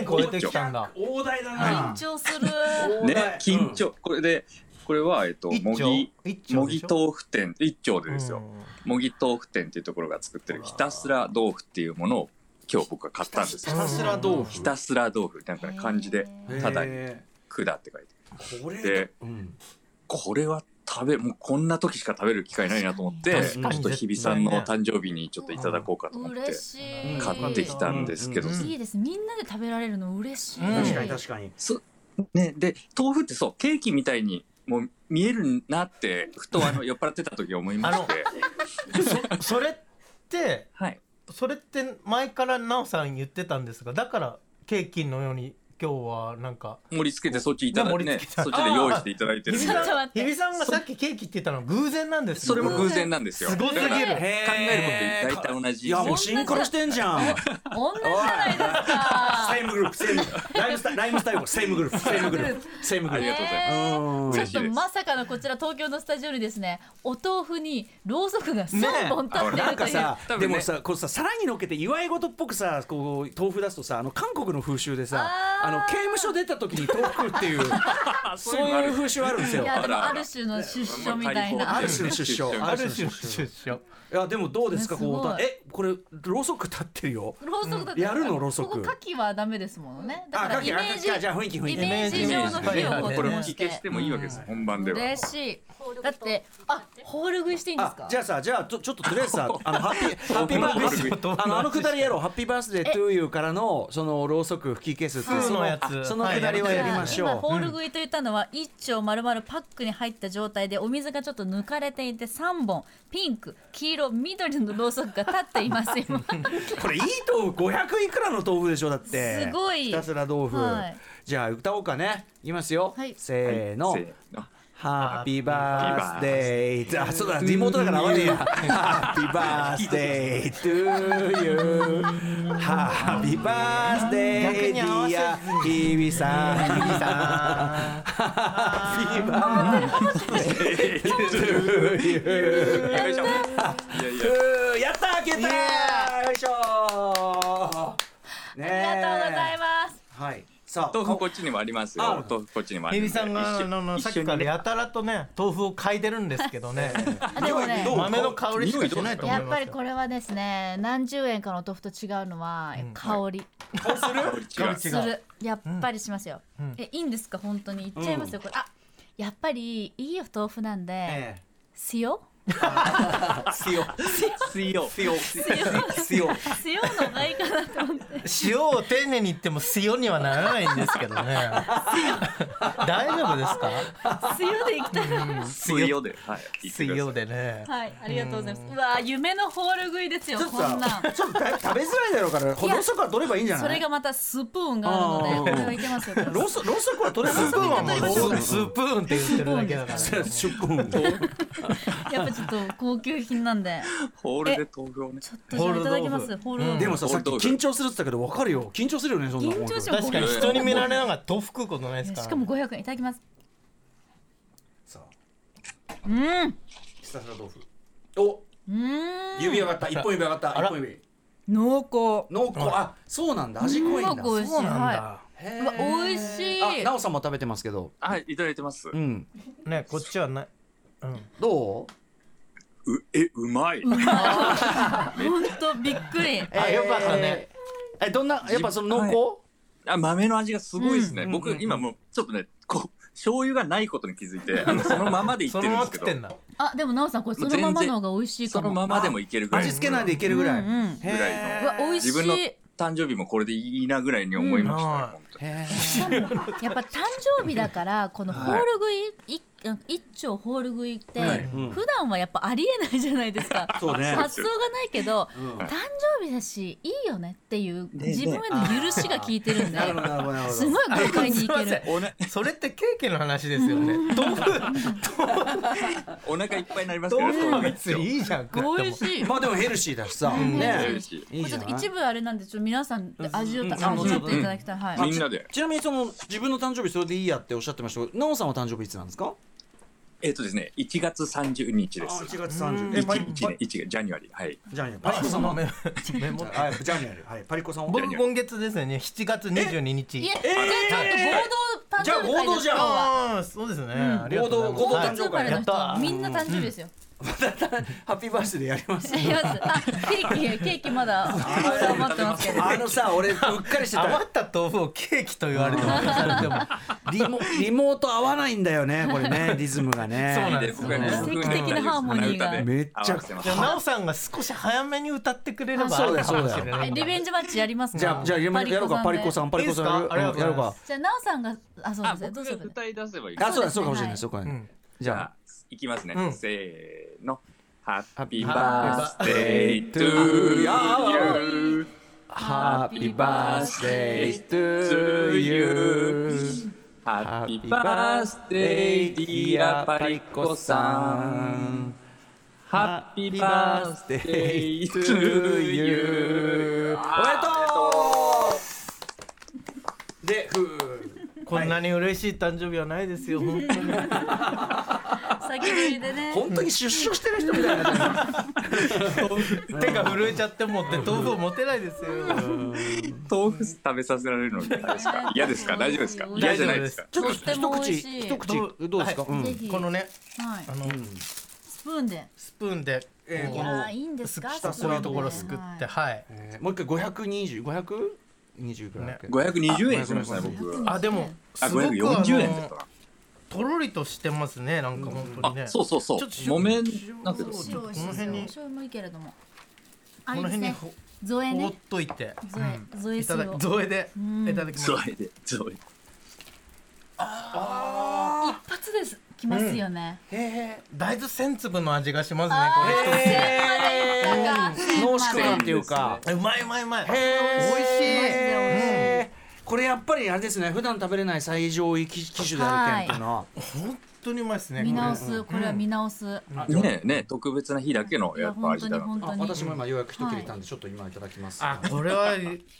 S2: 500円超えてきたんだ
S1: 大台だ
S3: 緊張する。
S4: ね緊張、これでこれはえっと
S2: 一
S4: も
S2: 丁
S4: ぎ
S2: 一丁
S4: も
S2: で
S4: ぎ
S2: しょ
S4: 豆腐店一丁でですよ、
S2: うん
S4: もぎ豆腐店っていうところが作ってるひたすら豆腐っていうものを今日僕は買ったんです
S1: ひ
S4: よ
S1: たすら豆腐
S4: ひたすら豆腐なんかね漢字でただに
S1: え
S4: 管って書いて
S1: えこれ
S4: で
S1: うん
S4: これは食べもうこんな時しか食べる機会ないなと思って
S1: 確
S4: ち
S1: か
S4: ょ
S1: に
S4: っと日比さんのお誕生日にちょっといただこうかと思って
S3: 嬉しい。
S4: 買ってきたんですけど、
S3: いいです。みんなで食べられるの嬉しい。
S2: うん
S1: 確かに確かに
S4: そね、で豆腐ってそうケーキみたいにもう見えるなってふとあの酔っ払ってた時思いまして
S2: それって
S4: はい
S2: それって前から奈緒さん言ってたんですがだからケーキのように今日はなんか
S4: 盛り付けてそっちいただいて、
S2: ね盛
S4: ね、
S2: り付けた
S4: そっちで用意していただいてるん
S3: ち
S4: で
S3: ょっと待って
S2: 日比さんがさっきケーキって言ったの偶然なんです
S4: それも偶然なんですよ
S2: すごすぎ
S4: だ
S2: る
S4: から考
S1: へー
S4: えることって大体同じ
S1: いやもう
S4: そ
S1: シンクロしてんじゃん
S3: 同じじゃない ですか
S1: セイムグループセイムライムスタイルライムスタイルもセイムグループセイムグループセイムグ
S4: あ
S1: ル
S4: り
S1: ー
S4: がとうございます
S1: プうん
S3: ちょ
S4: 嬉
S3: っ
S4: しい
S3: と
S4: です
S3: まさかのこちら東京のスタジオにですねお豆腐にろうそくが3本立っているという、
S1: なんかさ、
S4: 多分
S1: で
S4: ね
S1: もさ、こうさ、皿にのっけて祝い事っぽくさ、こう豆腐出すとさ、あの韓国の風習でさ、
S3: あー
S1: あの刑務所出た時に豆腐っていう
S4: そう
S1: そう
S4: いうのあ
S1: いう
S4: る
S1: 風習あるんですよ。
S3: い
S1: いや
S3: やでも
S4: あら
S3: あ
S4: あら
S3: る種の出所みたいな
S1: ある種の出生
S2: ある種出所
S1: でもどうですか、
S3: ねすごい
S1: こうえこれろうそく立ってるよ。
S3: ろうそくだって
S1: やるのろうそく
S3: ここ牡蠣はダメですものねだ
S1: あ、
S3: から
S1: か
S3: イ
S1: き、
S3: メ
S1: あ
S3: ージ
S1: じゃあ雰囲気雰囲
S3: イ
S1: 気。
S3: メージ上の火をこう
S4: これも
S3: 灯し
S4: 火消しててもいいわけです、本番では
S3: 嬉しいだってあホール食いしていいんです
S1: あ
S3: か
S1: じゃあさじゃあちょちょっととりあえずさあのハッピーハッピーバ
S4: 僕の
S1: ースデ
S2: 僕の
S1: ーあのあのくだりやろうハッピーバースデートゥーユーからのそのろうそく吹き消すっていう
S2: 普通
S1: そ
S2: の
S1: の
S2: やつ
S1: あそのくだりはやりましょう、
S3: 今ホール食いと言ったのは一丁丸々パックに入った状態でお水がちょっと抜かれていて3本ピンク黄色緑のろうそくが立っています 今
S1: これいい豆腐500いくらの豆腐でしょだって
S3: すごい
S1: ひたすら豆腐、
S3: はい
S1: じゃあ歌おうかねいきますよ、
S3: はい
S1: せーの、
S4: せーの
S1: ハッピーバースデーあそうだリモートだから合わねえやハッピーバースデー to you ハッピーバースデ
S2: 逆
S1: ー
S2: に
S1: デ
S2: 合わせ
S1: ィア日比さん日比さんハッピーバースデー to you
S4: よいしょいやいや
S1: ふうやった開けたよいしょねえ
S3: ありがとうございます
S1: はいさあ
S4: 豆腐こっちにもあります
S1: あ
S4: よ。豆腐こっちにもあ
S2: 日
S4: りま
S2: 比
S4: す。
S2: さんがあのさっきからやたらとね豆腐を嗅いでるんですけどね
S3: あでもね
S1: どう
S2: 豆の香りしかしないと思い
S3: や
S2: ま
S3: っ
S2: すよ
S3: ぱりこれはですね何十円かのお豆腐と違うのは香り
S4: する。違う。
S3: するやっぱりしますよえいいんですか本当に言っちゃいますよこれあやっぱりいいお豆腐なんで
S1: ええ
S3: 塩
S1: 必要
S4: 水曜。水曜。
S1: 必 要
S3: 塩の方がいいかなと思って
S2: 塩を丁寧に言っても塩にはならないんですけどね大丈夫ですか
S3: 塩でいきたい
S4: 水曜で。はい。
S2: 水曜。でね
S3: はい、ありがとうございます。うわー、夢のホール食いですよ、
S1: ちょっと
S3: こんなん
S1: さ。ちょっとだいぶ食べづらいだろうからロソクは取ればいいんじゃ
S3: そ
S1: な
S3: れ
S1: い
S3: がまたスプーンがあるので、これはいけますよ。これ
S1: ロソロソクは取れ
S2: ス
S1: ます
S2: プーンはもう
S1: ス
S2: スプーンって言ってるだけだからね
S1: スプーン
S3: やっぱちょっと高級品なんで。
S4: ホールで豆腐をね。
S3: ちょっとじゃあいただきます。ホール
S2: うん
S1: で
S3: 豆
S1: もささっき緊張するって言ったけどわかるよ緊張するよねそんな
S3: 緊張しま
S2: 確かに人に見られながら豆腐食うことないです
S3: 腐。
S2: から
S3: しかも500円いただきます。
S1: さあ
S3: うん。う
S1: ひたすら豆腐お
S3: ーん。
S1: 指上がった一本指上がった
S2: あら
S1: 一本指
S3: 濃厚。
S1: 濃厚あそうなんだ味濃いんだ
S3: 濃厚
S1: そうなんだ
S3: は
S2: ないんだ
S1: へえ
S3: うわ、美味しい。
S1: あなおさんも食べてますけど
S4: はい、いただいてます
S1: う。ん
S2: ねこっちはないうん
S1: どう
S4: う、え、うま い。
S3: 本当びっくり。
S2: あよかったね。
S1: えーえどんなやっぱその濃
S4: あ、豆の味がすごいですね。
S1: うん
S4: 僕、今もう、ちょっとね、こう、醤油がないことに気づいて、あの、そのままでいって
S2: そ
S4: る
S2: の
S4: ん
S2: ま
S4: で
S2: ます
S4: け
S2: 食
S4: ど
S2: って。んだ
S3: あ、でもなおさん、これそのままの方が美味しい
S4: そ
S3: かも。
S4: のままでもいけるぐ
S1: 厚？
S4: らい
S1: 味
S4: の。
S1: 付けないでいけるぐらい。
S3: うんうん
S1: へー
S4: ぐら
S3: うわ、美味しい。
S4: 自分の誕生日もこれでいいなぐらいに思いましたね
S2: うん
S4: 本当に。
S1: へ
S3: しかもやっぱ誕生日だからこのホール食い、い、一丁ホール食いって、
S4: はい
S1: うん
S3: 普段はやっぱありえないじゃないですか
S1: そうね
S3: 発想がないけど、
S1: ん
S3: 誕生日だしいいよねっていう自分への許しが効いてるん で
S1: ーなるほどなるほどなるほ
S3: す
S1: ど。
S3: ごい豪快にい
S2: す いま
S3: け
S2: せ
S3: る。
S2: ん それってケーキの話ですよね豆腐
S4: お腹いっぱいになりますけど
S2: 豆腐は
S4: ね。
S2: 別にいいじゃん食っても
S3: 美味しい。
S1: まあでもヘルシーだしさ。
S4: ヘル
S1: ね。
S4: シー
S1: い
S3: こ
S1: いじ
S3: れちょ
S1: ゃ
S3: っと
S1: ない
S3: 一部あれなんでちょっと皆さんで味を
S1: うん
S3: た
S1: うん
S3: 味わっていただきたい。はい。
S4: みんなで。
S1: ちなみにその自分の誕生日それでいいやっておっしゃってましたけど、なおさんは誕生日いつなんですか？
S4: えっとですね、1月30日です。
S1: 1月30
S4: 一一年一月ジャニュアリーはい。
S1: ジャニアル。パ
S2: あ
S1: リコさ
S2: そ
S1: ん
S2: の
S1: は。
S2: メメモ
S1: はいジャニアル。はいパリコさんは。
S2: 僕今月ですね7月22日
S3: いえ、
S1: えー
S3: じゃあちょっと合同
S1: じゃあ合
S3: 誕生日会です
S1: 同じゃん
S3: 今日は
S2: ああそうですねありが
S1: 合
S2: と
S1: 同合
S2: うご
S1: 同
S2: ざい
S1: 誕
S2: ます
S1: 生会
S2: や
S1: やっ
S3: 誕
S2: っ
S3: 生
S2: た
S3: みんな誕生日ですよ。
S1: ハッピーバースデーやります。
S3: いやあケーキケーキまだ余ってますけど。
S1: あのさ、俺うっかりして た
S2: 余。った豆腐をケーキと言われても渡され ても
S1: リモリモート合わないんだよね、これね、リズムがね。
S2: そうなんです
S4: で僕がね
S2: 奇
S3: 跡的なハーモニーが
S4: 鼻歌で
S1: めっちゃ
S4: 合わせてます
S2: じゃあ奈緒さんが少し早めに歌ってくれれば
S3: あそう
S1: だよ
S2: あるかもしれない
S3: えリベンジマッチやりますか。
S1: じゃあじゃあやめやろうかパリコさ
S3: ん
S1: んパリコさんやる
S2: いいですかありがとうございます
S1: んやろうか
S3: で。じゃあなおさんがあそう
S4: あ、
S3: ですね。
S4: 僕
S3: どう
S4: が
S3: する。
S4: 歌い出せばいい。
S1: あ、そうだ、そ
S3: そ
S1: うう
S3: ですね
S1: かもしれな
S3: はい
S1: い、そうかもしれない。じ
S4: じ
S1: ゃ
S4: ゃ
S1: あ
S4: あ、、いきますね。
S2: うん
S4: せーの。ハッピー
S1: ハ
S4: バースデートゥー
S1: Happy
S4: ユー。
S1: Happy birthday to
S4: to
S1: you
S4: you. ハッピーバースデーディアパリコさん。ハッピーバースデー
S1: to
S4: トゥーユー。おめでと
S1: でふう
S2: こんなに嬉しい誕生日はないですよ本当に
S3: 先ぶりでね
S1: 本当に出所してる人みたいになってる
S2: 手が震えちゃってもって豆腐を持てないですよ
S4: う豆腐食べさせられるのって大丈夫ですか嫌ですか大丈夫ですか嫌じゃないですか
S1: ちょっと
S3: とって
S1: 一
S3: も美
S1: 口
S3: 味しい
S1: 一口どうですか、
S2: はい
S1: うん
S3: ぜひ
S2: このね
S3: はい
S2: あの
S3: スプーンで
S2: スプーンでえ
S3: い
S2: ーこ
S3: や
S2: の
S3: ーいいんですか
S1: ひたす
S2: こう
S1: ら
S2: いうところすくってはい
S1: えーもう一回520520ぐらいだっけ、
S4: 520円しましたね僕。
S2: あでも
S4: あ
S2: すごくあ
S4: 540円だった
S2: の
S4: な。
S2: とろりとしてますねなんか本当にね
S4: あそうそうそう
S2: ちょっと
S4: 木綿
S2: 塩
S4: なんていうの
S2: ちょっとこ
S3: 白
S2: の辺
S3: い
S2: に
S3: ですよ白いもいいけれども
S2: こ
S3: あい
S2: の
S3: いです
S2: 辺に
S3: ね
S2: ほ
S3: ゾエ
S2: 放っ
S3: ね
S2: といて
S3: ゾエゾエ
S2: いた
S3: 酢
S2: だ
S3: を
S2: ゾエで
S3: ん
S2: いただきます
S4: そうで、そう
S3: 一
S4: で。
S3: 発ですきますよね
S2: 大豆千粒の味がしますねこれ
S3: 線までいったか
S1: 濃縮感っていうか
S2: うまいうまいうまい
S1: へ
S2: 美味しい
S1: えこれやっぱりあれですね普段食べれない最上位機種であるけんっていうのは
S2: 本当にうまいですね
S3: 見直
S2: これ
S3: すこれは見直す
S4: ねね特別な日だけの
S3: い
S4: や
S3: や
S4: っぱ
S3: 本
S4: 味
S3: 当
S4: だ
S3: に
S4: なと
S3: 本当
S1: あ
S3: に
S1: 私も今ようやく一切れたんでちょっと今いただきます
S2: あこれは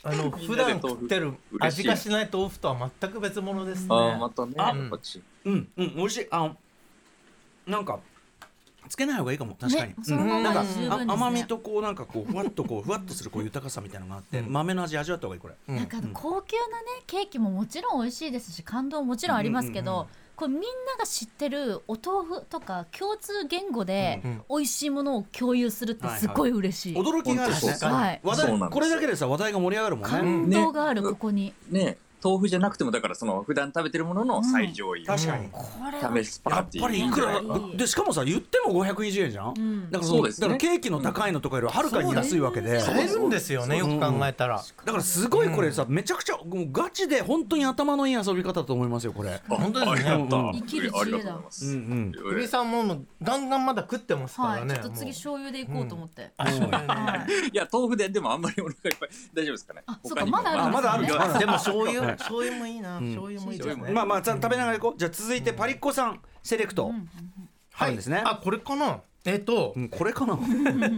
S2: あ の普段食ってる味がしない豆腐とは全く別物ですね
S4: あーまたね
S2: あ
S4: やっぱち
S1: うんうん美味しいあなんかつけない方がいいかも確かに、
S3: ねそのま
S1: なん
S3: ま
S1: か
S3: で十分
S1: あ
S3: ですね
S1: 甘みとこうなんかこうふわっとこうふわっとするこう豊かさみたいなのがあって、
S2: うん
S1: 豆の味味わった方がいいこれ
S2: うん
S3: なんかあの高級なねケーキももちろん美味しいですし感動ももちろんありますけど、
S1: うんうんうん
S3: こうみんなが知ってるお豆腐とか共通言語で
S2: うん
S3: 美味しいものを共有するってすごい嬉しい、
S1: 驚きがあるしね
S4: 本
S2: 当
S3: はい
S1: 話
S4: そうな
S1: 題
S4: んです
S1: これだけでさ話題が盛り上がるもんね
S3: 感動がある
S4: ね
S3: ここに、
S4: ね豆腐じゃなくてもだからその普段食べてるものの最上位、
S1: 確かに、
S3: これは
S4: 食べスパ
S1: や
S4: ー
S1: っ
S4: ティ
S1: ぱ
S4: ー
S1: りいくら
S3: うん
S1: でしかもさ言っても520円じゃん、
S3: ん
S1: だからその
S4: そうです
S1: だ
S4: ね
S1: からケーキの高いのとかよりははるかに安いわけで、
S2: 買えるんですよねよく考えたら
S1: だからすごいこれさ、めちゃくちゃもうガチで本当に頭のいい遊び方だと思いますよこれ。
S4: あ
S2: 本当ですね
S4: ありがとう
S1: うん
S3: 生きる知恵だ
S4: ありがとうございます、
S1: うんうん
S4: いろいろ
S2: 首さんももうガンガンまだ食ってますか
S3: は
S2: ら
S3: い、
S2: ね
S3: ちょっと次醤油でいこうと思って、
S2: もうあ
S3: はい
S4: いや豆腐ででもあんまりお腹いっぱい大丈夫ですかね
S3: あ
S4: 他にも
S3: そうかまだあるんですね
S1: まだあるよ
S4: ま
S2: でも醤
S1: はい
S2: 油醤油もいいな醤油もいいですね
S1: まあまあじゃあ食べながらいこうじゃあ続いてパリッコさんセレクト、あ
S2: は
S1: る
S2: い
S1: んですね
S2: あこれかなえっと
S1: うんこれかな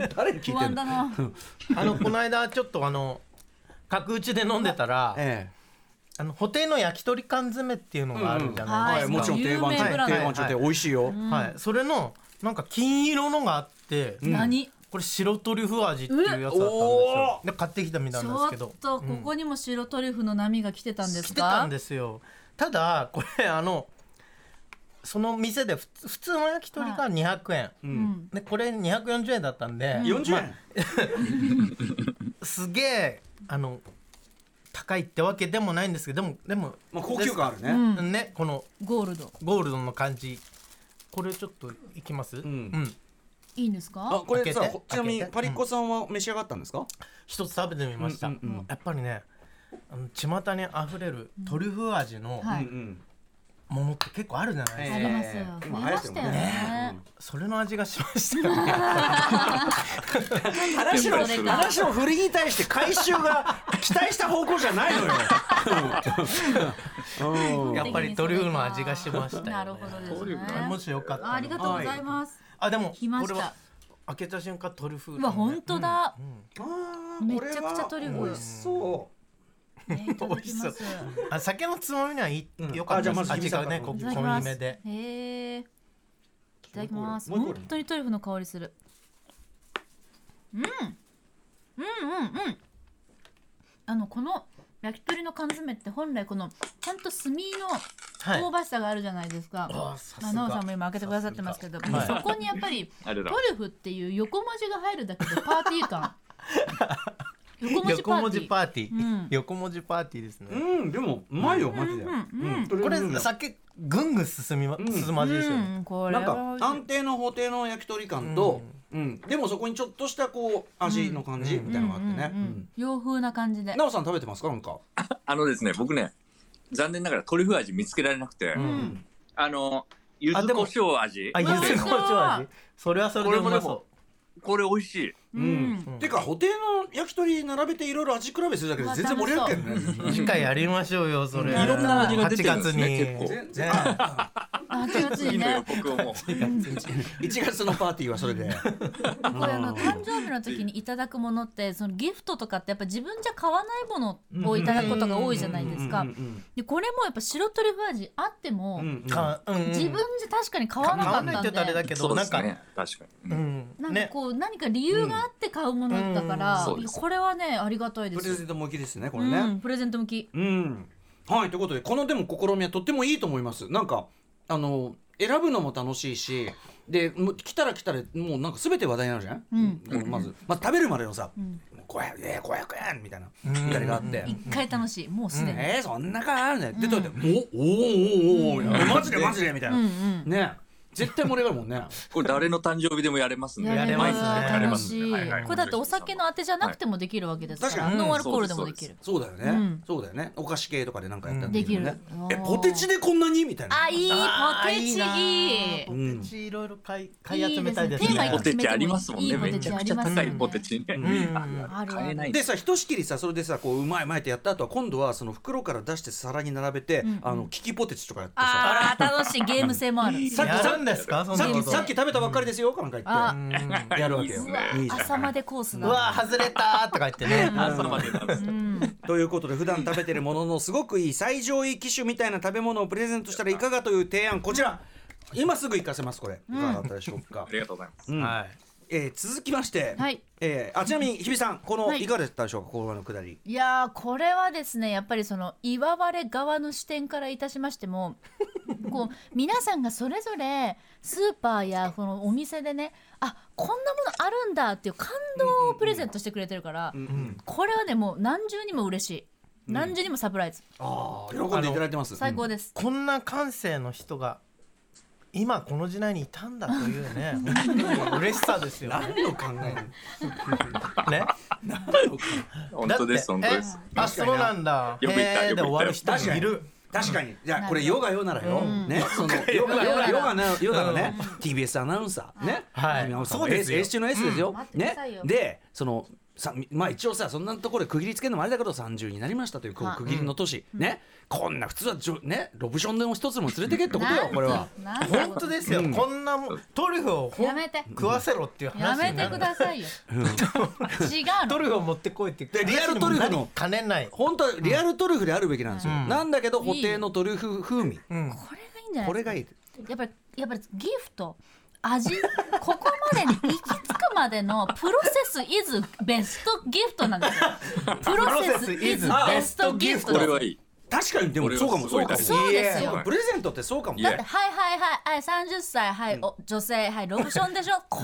S1: 誰に聞
S3: 不
S1: いて
S3: 安
S1: ん
S3: だ
S1: の、
S3: な
S2: あのこの間ちょっとあの角打ちで飲んでた ら
S1: え
S2: あのホテイの焼き鳥缶詰っていうのがあるじゃ
S1: え
S2: ない
S1: は
S2: で
S1: い、も
S2: すか
S1: ちろん定番
S3: 有名ブランド
S1: 定番中で美味しいよ、
S2: はい、それのなんか金色のがあって、
S3: 何
S2: これ白トリュフ味っていうやつだったんですよで買ってきたみたい
S3: ち
S2: なんで
S3: ょ
S2: す
S3: っ
S2: けど
S3: とここにも白トリュフの波が来てたんですか
S2: 来てたんですよただこれあのその店でふつ普通の焼き鳥が200円、
S3: うん
S2: でこれ240円だったんで、
S1: 40円、
S2: まあすげえあの高いってわけでもないんですけどでもでも、
S1: まあ、高級感あるね、
S3: うん
S2: ねこの
S3: ゴールド
S2: ゴールドの感じこれちょっといきます、
S1: ん
S2: うん、
S3: いいんですか
S1: あこれさ
S2: 開けて
S1: ちなみに
S2: 開けて
S1: パリッコさんは召し上がったんですか、
S2: 一つ食べてみました、
S1: うんうんうん
S2: やっぱりねあの巷にあふれるトリュフ味の
S3: はい
S1: ん
S2: ものって結構あるじゃないですか、
S3: ありますよ
S1: えー
S3: 増えましたよね
S2: それの味がしましたよね
S1: 話
S4: やっ
S1: の
S4: ぱりそれ
S1: 話の振りに対して回収が期待した方向じゃないのよ。うん
S2: やっぱりトリュフの味がしましたよね
S3: なるほどですね
S4: トリュフの
S2: もしよかったら
S3: あありがとうございます
S2: あでも
S3: 来ま
S2: こ
S3: し
S2: れは
S3: た
S2: 開けた瞬間トリュフ、
S3: うわ本当だ、
S1: あ
S3: め
S1: ー
S3: ちゃくちゃトリュフ
S1: これは美味しそ
S3: ねいただき
S2: 美
S3: ま
S2: 味
S3: す
S2: しあ酒のつまみにはいい、
S1: うん
S2: よかった
S1: あじゃあまず
S2: 味がね
S1: 君
S2: こ
S1: さいん
S3: いただ
S2: う濃
S3: きま
S2: い
S3: す
S2: めで
S3: へーいただきます
S1: もう一個あ
S3: 本
S1: る
S3: 当にトリュフの香りするうんうんうんうんあのこの焼き鳥の缶詰って本来このちゃんと炭
S2: はい
S3: の香ばしさがあるじゃないですか、
S2: あさす
S3: ま
S2: が
S3: あ、奈緒さんも今開けてくださってますけど、
S2: さすが
S3: そこにやっぱり
S4: あり
S3: ト
S4: がとうござい
S3: リュフっていう横文字が入るだけでパーティー感横文字パ
S2: 横
S3: ー
S2: 文
S3: テ
S2: 字
S3: ィー
S2: パーティー、
S3: うん
S2: 横文字パーティーですね、
S1: う。うんでもうまいよマジで。
S3: うんうんうん
S1: トリュフ
S2: これ
S1: うん
S2: 酒ぐんぐん進みま、
S1: ん
S2: 進む味ですよね、
S3: うん、こ
S1: な
S3: れ
S1: ん
S3: は
S1: か安定の法廷の焼き鳥感と、うんでもそこにちょっとしたこう味の感じみたいなのがあってね。
S3: うんうんうん
S1: うん
S3: 洋風な感じで
S1: なおさん食べてますかなんか。
S4: ますあのですね僕ね残念ながらトリュフ味見つけられなくて、
S1: ん
S4: あの柚
S2: あで
S4: 子
S2: も
S4: 胡椒味
S2: あ、ゆずこしょう味。それはそれでうま
S4: これも
S2: そ
S4: これ美味しい、
S3: うん
S1: ていうか布袋の焼き鳥並べていろいろ味比べするだけで全然盛り上がるけどね
S2: 次回やりましょうよそれ
S4: いろんな味が出てるんですね
S2: 8
S4: 結構
S2: 月
S1: 全
S2: に
S1: 然
S2: ね
S3: あ8月
S4: 次
S3: に
S4: の予
S3: ね
S4: 告をもう
S1: 1月のパーティーはそれで
S3: これあの誕生日の時にいただくものってそのギフトとかってやっぱ自分じゃ買わないものをいただくことが多いじゃないですか
S1: うんうん
S3: でこれもやっぱ白トリュフ味あっても、
S1: うんうん
S2: かうん
S3: 自分じゃ確かに買わな
S2: 買
S3: か
S2: わ
S3: っ
S2: ない
S3: た
S2: っ
S3: んで
S2: て言うとあれだけ
S4: そ
S2: ど
S4: うで
S2: なん
S4: す
S2: か
S4: ね確かに、
S2: う
S4: うん
S2: ん
S3: なんか
S2: ね
S3: こう、何か理由があって買うものだったから、
S4: うんうんそうです
S3: これはねありがたいで
S1: プレ
S3: す
S1: ゼント向きですねこ
S3: う
S1: れね、
S3: ん、プレゼント向き
S1: うん、はいということでこのでも試みはとってもいいと思いますなんかあの選ぶのも楽しいしでもう来たら来たらもうなんか全て話題になるじゃん、
S3: うん
S1: このまずまず食べるまでのさ「
S3: ん
S1: もう500円500円」みたいな
S2: うん
S1: くだりがあって。
S3: 一回楽しいもうすでに、
S1: えー、そんなかあるね。で、といて、もう、おーおーおーおーみたいな、マジでマジでみたいな。
S3: うんうん
S1: ね絶対盛り上がるもんね。
S4: これ誰の誕生日でもやれますね
S2: やれますね
S4: やれ
S3: 楽
S4: ます
S3: し
S4: ね
S3: い、
S4: はいはい
S3: これだってお酒のあてじゃなくてもできるわけですから、
S1: 確かに
S3: ノンアルコールでもできる
S1: そうだよね、
S3: うん
S1: そうだよね。お菓子系とかでなんかやったら
S3: できる、
S1: ね。
S3: お
S1: え、
S3: ー
S1: ポテチでこんなにみたいな。
S3: あいい
S2: あ
S3: ポ
S2: ー
S3: テチいい
S2: なー
S1: い
S2: ポテチいろいろ買い買い集めたいです
S3: いいですねテーマ
S4: ポ
S2: ね
S3: 一
S4: テチありますもん
S3: いい
S4: ね
S3: ポテチ
S4: めちゃくちゃ高いポテチね、
S2: ん
S4: あ
S3: あるある
S4: 買えない
S1: でさひとしきりさそれでさこううまいうまいってやった後は今度はその袋から出して皿に並べて、あのキキポテチとかやってさ
S3: あら楽しいゲーム性もある
S1: さっき
S2: やるんですかそん
S1: さ
S2: な
S1: っ
S2: こ
S1: き
S2: と
S1: さっき食べたばっかりですよかなんか
S3: あ
S1: 言ってやるわけよ。いいじゃん
S3: 朝までコース
S2: う
S3: だ
S2: わ外れたーとか言っ てね
S4: 朝までなんです
S1: ということで普段食べてるもののすごくいい最上位機種みたいな食べ物をプレゼントしたらいかがという提案こちら今すぐ行かせますこれいかがだったでしょうか
S4: あ、りがとうございます
S1: うん
S2: はい
S1: えー続きまして、
S3: はい
S1: えーあちなみに日比さんこの、、
S3: はいい
S1: かがだったでしょうかこのくだり。
S3: いやーこれはですねやっぱりその祝われ側の視点からいたしましてもこう皆さんがそれぞれスーパーやこのお店でねあこんなものあるんだっていう感動をプレゼントしてくれてるから、これはねもう何重にも嬉しい何重にもサプライズ、
S1: ああ喜んでいただいてます。
S3: 最高です、
S2: こんな感性の人が今この時代にいたんだというね 本当に嬉しさですよね
S1: 何を考える
S2: ね
S4: 本
S2: だっ
S4: 当
S2: て
S4: です本当です
S2: えあそうなんだ
S4: よく言った
S2: へー
S4: よく言った
S2: で終わる人もいる
S1: 確かにじゃあこれヨガヨならよ、ねそのヨガヨガ
S3: ヨガ
S1: ヨガなヨガのね、TBS アナウンサーね、
S2: はい
S1: アナウンサー
S2: そうですよ
S1: S 中の S ですよ、
S3: 待ってくだ
S1: ね
S3: さいよ
S1: でそのさまあ一応さそんなところで区切りつけるのもあれだけど30になりましたというこう
S3: はい
S1: 区切りの年、ねこんな普通はじょねロブションでも一つも連れてけってことよ
S3: なん
S1: これは。
S3: なんだ
S2: 本当ですよ、
S1: うん
S2: こんなもんトリュフをほん
S3: やめて
S2: 食わせろっていう
S3: や
S2: 話
S3: め
S2: にな
S3: て
S2: る
S3: くださいよ違う
S2: ト
S3: の
S2: リュフを持ってこいって
S1: でリアルトリュフの
S2: 兼ねない
S1: 本当はリアルトリュフであるべきなんですよ、
S2: うん
S1: なんだけど補定のトリュフ風味、
S2: うん
S3: これがいいんじゃない
S1: これがいい
S3: やっぱりやっぱりギフト味 ここまでに行き着くまでのプロセスイズベストギフトなんですよプロセスイズベストギフ
S4: こ
S3: ト
S4: れはいい
S1: 確かにでも
S4: これは
S1: そうかも
S4: すご
S1: そ
S4: いう
S1: かも
S4: 大事
S3: そうです
S1: そう
S3: よ
S1: かプレゼントってそうかも
S3: だってはいはいはいはい30歳はいお女性はいロブションでしょこん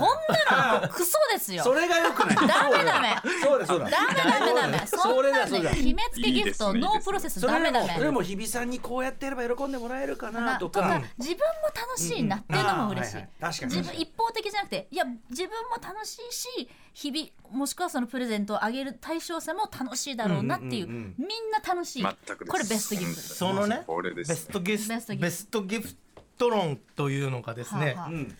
S3: なのクソですよ
S1: それがよく ない
S3: ダメダメ
S1: そうだそうだ
S3: ダメダメダメそ
S1: そ
S3: ん
S1: れだ
S3: な
S1: それ
S3: ん
S1: だ
S3: ね決めつけギフト
S4: いいですね
S3: ノープロセス
S1: それ
S3: ダメ
S1: も
S3: ダメ
S1: それも日比さんにこうやってやれば喜んでもらえるかなと
S3: と
S1: か
S3: か自分も楽しいなっていうのも嬉し
S1: うんあー
S3: い
S1: はいはい確かに
S3: 自分一方的じゃなくていや自分も楽しいし日々もしくはそのプレゼントをあげる対象者も楽しいだろうなっていう,、
S1: うんうんうんうん
S3: みんな楽しい
S4: 全くです
S3: これベストギフトです、
S2: そのね
S4: これで
S2: ベ
S4: すね
S2: ストギフ
S3: ベストギフト
S2: ベストギフト論というのがです
S3: は
S2: ね、
S3: あはあ
S1: うん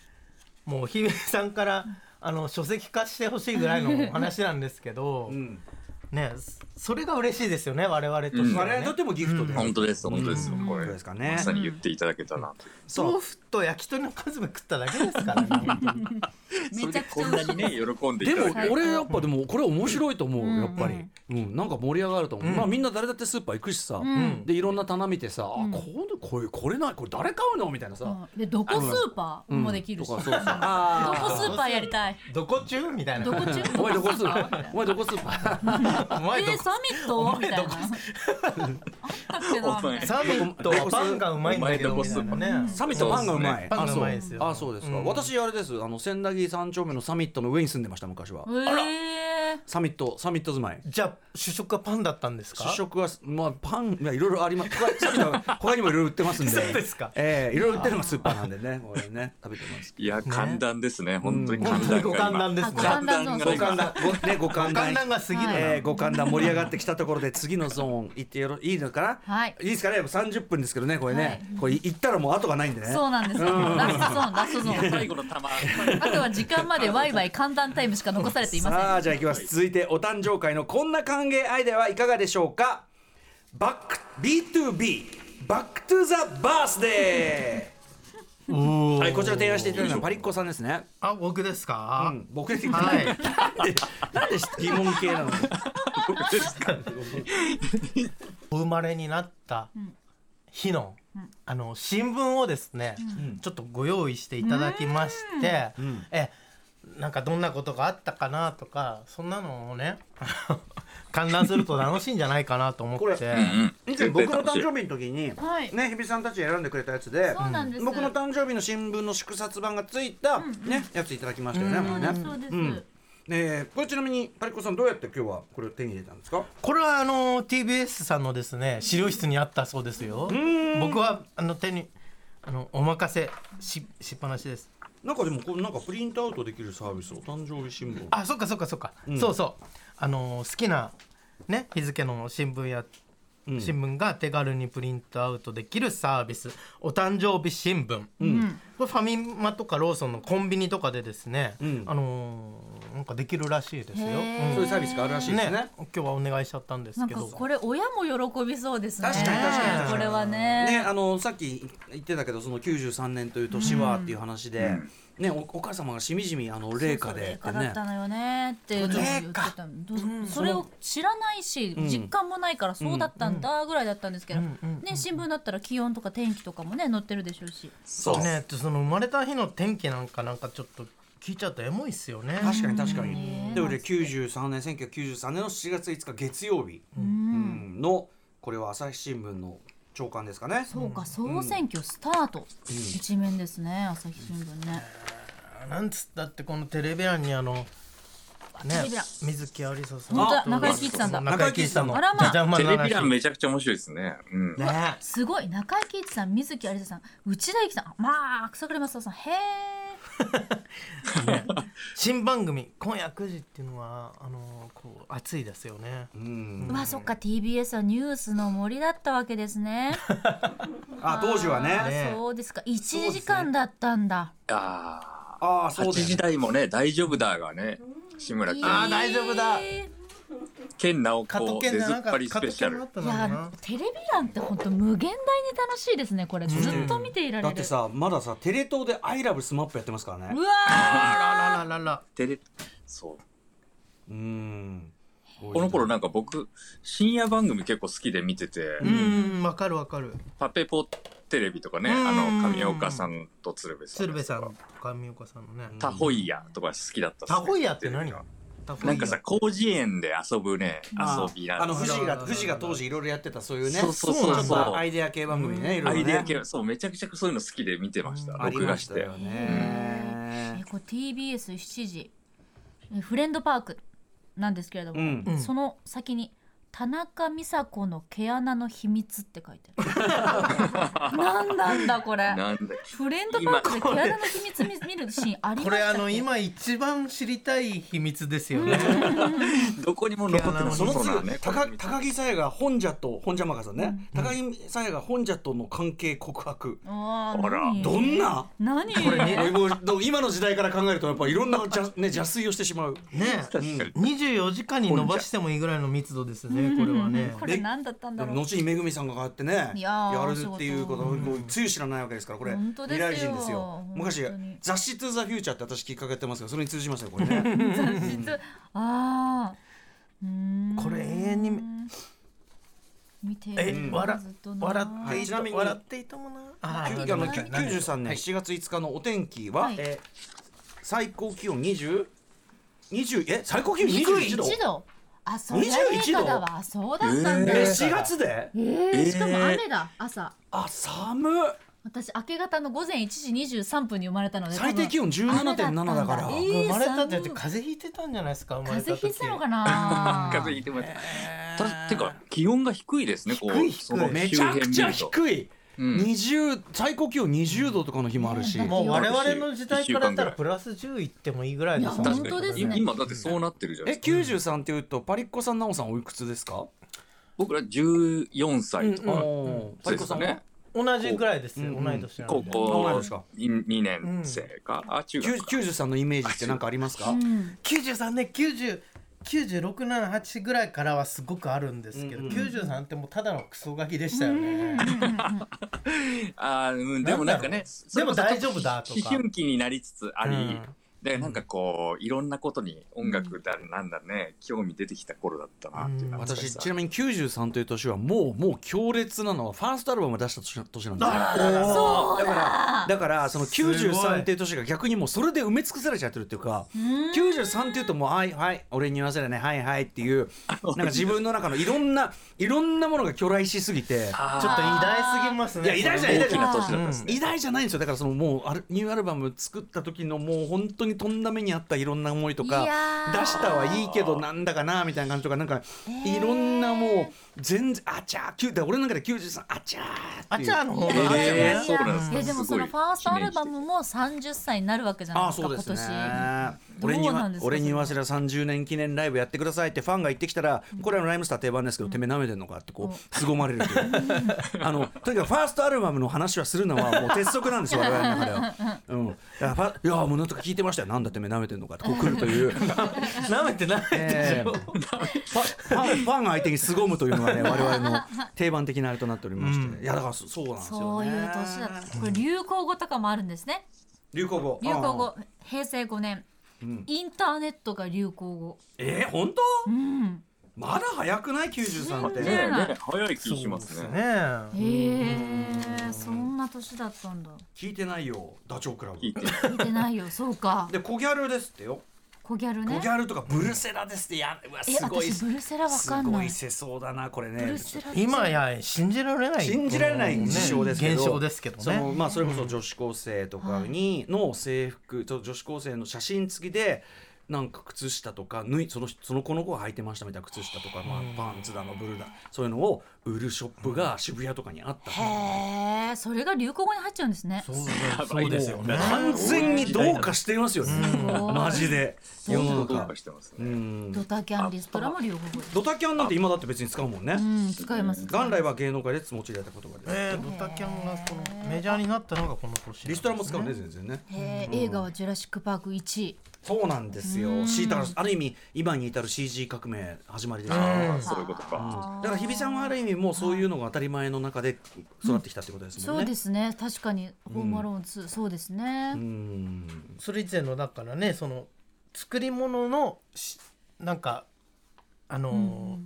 S2: もう日比さんからあの書籍化してほしいぐらいのお話なんですけど、
S1: うん
S2: ねそれが嬉しいですよね我々としてはね、
S1: 我々にとってもギフトで
S4: 本当です本当ですよこ
S1: どう
S4: れ
S1: ですかね
S4: まさに言っていただけたなと
S1: そ
S2: 豆
S1: う
S2: 腐と焼き鳥の数分食っただけですか らね
S3: めちゃくち
S4: それでこ
S3: ゃ
S4: ん
S3: 嬉し
S4: な
S3: い
S4: にね喜んでい
S1: で
S4: ただ
S1: も
S4: けた
S1: 俺やっぱでもこれ面白いと思
S3: う
S1: うんやっぱりうんなんか盛り上がると思うまあみんな誰だってスーパー行くしさ
S3: ん
S1: でいろんな棚見てさあこうこれこれないこれ誰買うのみたいな
S3: う
S1: さ
S3: んでどこスーパーもできるし、
S1: とか
S3: ど
S1: そう
S3: こ
S1: そう あ
S3: スーパーやりたい
S2: どこ中みたいな
S3: どこ中
S1: ーお前どこスーパーお前どこスーパー
S2: お前ど
S3: えー、
S2: こ
S3: サミットみたいなあ
S2: お
S3: っ
S2: 前
S3: たっけなみたいな
S2: サミットはパンがうまいんだけど
S4: お前どこ
S2: みたいな ね
S1: サミットパンがうまい
S2: パンがうまい
S1: あ
S2: です
S1: そう
S2: よ
S1: あそうですか
S2: うん
S1: 私あれですあの千駄木三丁目のサミットの上に住んでました昔は
S3: えー
S1: サミットサミット住まい
S2: じゃあ主食はパンだったんですか
S1: 主食はまあパンいやいろいろあります 他サミットは他にもいろいろ売ってますんで
S2: そうですか
S1: ええいろいろ売ってるのがスーパーなんでねこれね食べて ます
S4: いや、寒暖ですね、本当に
S2: 本
S4: 寒
S2: 当
S4: 暖
S2: にご
S4: が
S2: 勘
S4: 今。
S2: なんです
S3: あ
S2: ね
S3: ご勘談
S4: 寒
S3: の
S1: ご
S4: 暖が
S3: そう
S1: 勘談ごねご
S2: ご
S1: 勘
S2: 勘
S1: 談
S2: 談が過ぎるな、
S3: はい
S1: えー、五感談盛り上がってきたところで次のゾーン行ってよろいいのかな、
S3: はい
S1: いですかね30分ですけどねこれね、
S3: はい
S1: これ行ったらもう後がないんでね
S3: そうなんですよラストゾーンラストゾーン
S4: 最後の玉。
S3: あとは時間までワイワイ寒暖タイムしか残されていません
S1: さあじゃあ行きます続いてお誕生会のこんな歓迎アイデアはいかがでしょうかバック B2B バックトゥザバースデーはいこちら提案していただいたのはパリッコさんですね、
S2: あ僕です
S1: う
S2: か、
S1: ん、僕で
S2: はい
S1: なんで疑問系 なの
S2: お生まれになった日の、あの新聞をですね、ちょっとご用意していただきまして、えなんかどんなことがあったかなとかそんなのをね 観覧すると楽しいんじゃないかなと思
S1: これ
S2: って
S1: 以前僕の誕生日の時に、
S3: はい
S1: ね日比さんたちが選んでくれたやつで
S3: そうなんです
S1: 僕の誕生日の新聞の祝冊版がついた、ねやついただきましたよね。も
S3: そううで
S1: ね
S3: すそうです、
S1: んえーこれちなみにパリコさんどうやって今日はこれを手に入れたんですか
S2: これはあの TBS さんのですね資料室にあったそうですよ僕はあの手にあのお任せししっぱなしです
S1: なんかでもこうなんかプリントアウトできるサービスお誕生日新聞
S2: あそっかそっかそっか、そうそうあの好きなね日付の新聞や
S1: ん
S2: 新聞が手軽にプリントアウトできるサービスお誕生日新聞、これファミマとかローソンのコンビニとかでですね、
S1: ん
S2: あのーなんかできるらしいですよ、
S3: へー
S1: そういうサービスがあるらしいですね
S2: ね今日はお願いしちゃったんです
S3: なん
S2: け
S3: か
S2: ど
S3: これ親も喜びそうですね
S1: 確かに確かに確かに
S3: これは
S1: ね
S3: ね
S1: あのさっき言ってたけどその93年という年はっていう話で、ねおお母様がしみじみあの霊
S3: そ
S1: 下
S3: うそう
S1: で
S3: 霊
S1: って
S3: 下だ
S1: ね
S3: ったのよねっていうのを言ってたどうそれを知らないし
S1: ん
S3: 実感もないからそうだったんだぐらいだったんですけど
S2: んうん
S3: ね新聞だったら気温とか天気とかもね載ってるでしょうし
S4: そう。
S2: ねその生まれた日の天気なんかなんかちょっと聞いちゃうとエモいっすよね
S1: 確かに確かに
S3: ね。
S1: で俺93年1993年の7月5日月曜日うんのこれは朝日新聞の朝刊ですかね。
S3: そうか総選挙スタート一面ですね朝日新聞ね
S2: なんつったってこのテレビ欄にあのね
S3: テレビ欄
S2: 水木有沙さん
S3: 本当だ
S2: と
S3: 中井貴一さんだ
S2: 中井貴一さんの
S3: あらまあ
S2: じゃじゃ馬
S4: テ
S2: の
S4: レ
S2: 話
S4: ビ欄めちゃくちゃ面白いですね。うん。
S2: ね
S3: すごい中井貴一さん水木有沙さん内田有紀さんまあ草刈正雄さんへえ
S2: 新番組今夜9時っていうのはあのこう熱いですよね
S1: うん
S3: うわそっか TBS はニュースの森だったわけですね
S1: あ当時は
S3: あ
S1: ね。
S2: ね
S3: そうですか1時間だったんだ
S4: あ
S1: ああ
S4: あ、
S1: そ
S4: 8
S1: うだよ
S4: 時
S1: ね。
S4: 台もね、大丈夫だがね、志村けん、
S2: あー大丈夫だ
S3: え
S4: 健直子出
S2: じゃ
S4: ず
S2: な
S4: っぱりスペシャル。
S2: った
S3: ーい
S2: のか
S3: や
S2: な
S3: テレビ欄って本当無限大に楽しいですねこれずっと見ていられる、
S1: だってさまださテレ東で「アイラブスマップやってますから
S3: う
S1: ね。
S3: わ
S2: あらららら
S4: テレ、そう。
S1: うん。
S4: この頃なんか僕、深夜番組結構好きで見てて、
S2: らうんわかるわかる
S4: パペポテレビとかね、
S2: うん
S4: あの、上岡さんと鶴瓶さん。
S2: 鶴瓶さんの上岡さんのね
S4: タホイヤとか好きだったっすね
S2: タホイヤって何タホイヤ
S4: なんかさ、広辞園で遊ぶね、遊び
S1: あ
S4: な
S1: の
S4: んで
S1: 富
S4: す
S1: 士
S4: よ。
S1: が富士が当時いろいろやってたそういうね。
S4: そうそうそ
S1: ちょ
S4: う
S1: っと
S4: そ
S1: ア
S4: う。
S1: イデア系番組ねいろ
S4: ア
S1: いろね。
S4: イデア系、そう、めちゃくちゃそういうの好きで見てました。
S1: あり
S4: 録
S1: ま
S4: 画
S1: し
S4: したて
S1: よ。
S3: え
S1: ね。
S3: これ TBS7 時えフレンドパークなんですけれど
S1: う
S3: も、
S1: ん。
S2: ん
S3: その先に田中美佐子の毛穴の秘密って書いてあ るなんなんだこれ
S4: なんで。
S3: フレンドパークで毛穴の秘密見見るシーンありましたっけ
S2: これあの今一番知りたい秘密ですよね
S4: どこにも残ってない。
S1: その次
S4: うなね
S1: 高高木さやが本社と本社マカさんね、高木さやが本社との関係告白、
S3: あ
S4: あら
S3: ら
S1: どんな
S3: 何
S2: これ ね
S1: もう今の時代から考えるとやっぱいろんなじゃ、ね、邪推をしてしまう
S2: ね
S4: 確かに。
S2: 24時間に伸ばしてもいいぐらいの密度ですねこれはね
S3: これ何だったん
S1: で
S3: だろ
S1: も
S3: う
S1: 後にめぐみさんが変わってね
S3: いやー
S1: やるっていうこと
S3: お
S1: もうつゆ知らないわけですからこれ
S3: 本当
S1: 未
S3: で
S1: 来
S3: すよ
S1: 人ですよ昔
S3: 本当に
S1: 雑誌「トゥ・ザ・フューチャー」って私きっかけやってますけどそれに通じますねこれね
S3: 実ああうーん
S2: これ永遠に
S3: 見て
S2: え
S3: る
S2: 笑
S3: ずっとな
S2: 笑って
S1: はいい
S2: い
S1: ちなみに
S2: と笑っていいともなあ
S1: きゅ
S2: ー
S1: うあの
S2: な
S1: きゅ
S2: んか
S1: 93年7月5日のお天気は、
S3: はい
S1: えー最高気温20 20え最高気温21
S3: 21度
S1: 度
S3: あそうだ
S1: 21度
S3: だわそうだったんだ、
S1: え
S3: え
S1: 4月で
S3: ーしかも雨だ朝
S1: あ寒っ
S3: 私明け方の午前1時23分に生まれたので
S1: 最低気温17.7だから
S3: え
S2: 生まれたってだっ
S3: 寒
S2: て
S3: い
S2: 風邪ひいてたんじゃないですか生ま
S3: 風
S2: れた
S3: 邪ひ
S2: 時
S3: いてたのかな
S4: 風邪ひいてもらった。たてか気温が低いですね。こう
S2: 低い
S4: その
S1: め
S4: 周
S1: ちゃ
S4: 辺
S1: くちゃ
S4: 見ると
S1: 低い、
S4: うん
S1: 20最高気温20度とかの日もあるし、
S3: うん
S2: もう我
S4: 一
S2: 々
S4: 週
S2: の時代からやっ
S4: 一週間ぐ
S2: たら
S4: らい
S2: プラス10いってもいいぐらいです
S3: いや
S4: 確
S3: 本当
S4: か
S3: です
S4: に、
S3: ね
S4: 今だってそうなってるじゃない
S1: え
S4: ですか。
S1: 93っていうとパリッコさん奈緒さんおいくつですか、
S4: 僕ら14歳とか
S1: おーパリッ
S4: で
S1: コ
S4: す
S1: さ
S4: か
S1: ん
S4: ね
S1: は。
S2: 同じぐらいですよ、
S1: うん
S2: 同い年なんで
S1: 同
S4: 高
S1: い
S4: 校
S1: 年か
S4: 2年生か、あ中学か。
S1: 93のイメージって何かありますか、
S3: うん
S2: 93年90 9678ぐらいからはすごくあるんですけど、
S1: うんうん
S2: 93ってもうただのクソガキでしたよね、
S4: あーうん、でもなんかね、
S2: でも大丈夫だと
S4: 思
S2: か
S4: 春期になりつつあり、
S2: うん
S4: でなんかこういろんなことに音楽だなんだね興味出てきた頃だったなっていう懐かし
S1: 私
S4: さ
S1: ちなみに93という年はもうもう強烈なのはファーストアルバムを出した年年なんですよ
S3: そう
S1: だからだからその
S2: すごい
S1: 93っていう年が逆にもうそれで埋め尽くされちゃってるっていうか93っていうともう「はいはい俺に言わせりゃねはいはい」っていうなんか自分の中のいろんないろんなものが巨来しすぎて
S4: あー
S2: ちょっと偉大すぎますね
S1: いや偉大じゃない
S4: 大きな年だったですね、
S1: 偉大じゃないんですよだからそのもうアルニューアルバム作った時のもう本当にとんだ目にあったいろんな思いと
S3: いや
S1: か
S3: ー
S1: 出したはいいけどなんだかなみたいな感じとかなんかいろんなもう全然あちゃーきゅだから俺の中で93あちゃー
S2: あ
S1: ってい
S2: ち
S1: う
S2: ゃーの方が、
S4: えーそうなんです
S3: い
S4: か
S3: やでもそのフ
S4: すごい
S3: ァーストアルバムも30歳になるわけじゃない
S1: あ
S3: で
S1: あ
S3: す
S1: そ
S3: か
S1: う
S3: 今
S1: ですね
S3: 年。
S1: 俺に
S3: どうな
S1: は
S3: んですか
S1: 俺に言わせりゃ30年記念ライブやってくださいってファンが言ってきたら、これはライムスター定番ですけど、てめえ舐めてんのかってこう凄まれるというあのとにかくファーストアルバムの話はするのはもう鉄則なんですよ我々の中では、うん、だからファいやもうなんとか聞いてましたよなんだてめえ舐めてんのかってこう来るという、
S2: なめてない
S1: えーファファンファン相手に凄むというのがね我々の定番的なあれとなっておりまして、いやだからそそうなんですよね
S3: そういう年だった。これ流行語とかもあるんですね。
S1: 流行語
S3: 流行
S1: あ
S3: 語
S1: あ
S3: 平成5年、インターネットが流行語。
S1: えー、本当、
S3: うん。
S1: まだ早くない93って、
S3: 全
S4: ね
S3: 然
S4: えねえ早い気しますね
S3: へえ、そんな年だったんだ。
S1: 聞いてないよダチョウ倶楽
S4: 聞い
S1: 部
S4: て
S3: 見てない よ。そうか。
S1: で小ギャルですってよ
S3: 小ギャル
S1: 小
S3: ね
S1: ギ。ャルとかブルセラですってやうわ
S3: え
S1: す、ごい
S3: 私ブルセラわ
S1: す
S3: かん
S1: ご
S3: ないい。
S1: 世相だなこれ
S3: ブ
S1: ね
S3: ルセラ。
S2: 今や信じられない
S1: 信じられない事象ですけど、
S2: 現象ですけど
S1: その
S2: ね
S1: まあそれこそ女子高生とかにの制服と女子高生の写真付きでなんか靴下とか縫いそのその子の子が履いてましたみたいな靴下とか、まあ、パンツだのブルだそういうのを売るショップが渋谷とかにあった
S3: へえ、それが流行語に入っちゃうんですね。
S2: そうそうですよね
S1: 完全にどうかしていますよね
S3: ご い
S1: マジで世の
S4: 本当どう
S1: 中
S4: かしてます
S1: う
S4: ね、
S1: ん
S3: ドタキャンリストラも流行語。
S1: ドタキャンなんて今だって別に使うもんね
S3: うん、使います。
S1: 元来は芸能界で用いられた言葉で
S2: えー、ドタキャンがこのメジャーになったのがこの年
S1: リストラも使うね全然ね
S3: へー映画はジュラシックパーク1位。
S1: そうなんですよシータある意味今に至る CG 革命始まりですから
S4: あそういうことか、
S1: だから日比さんはある意味もうそういうのが当たり前の中で育ってきたってことですも
S3: そ
S1: ん
S3: う
S1: ね
S3: で。すね。確かにホームアローン2、そうですね。
S1: うん
S2: それ以前のだからねその作り物のしなんかあのー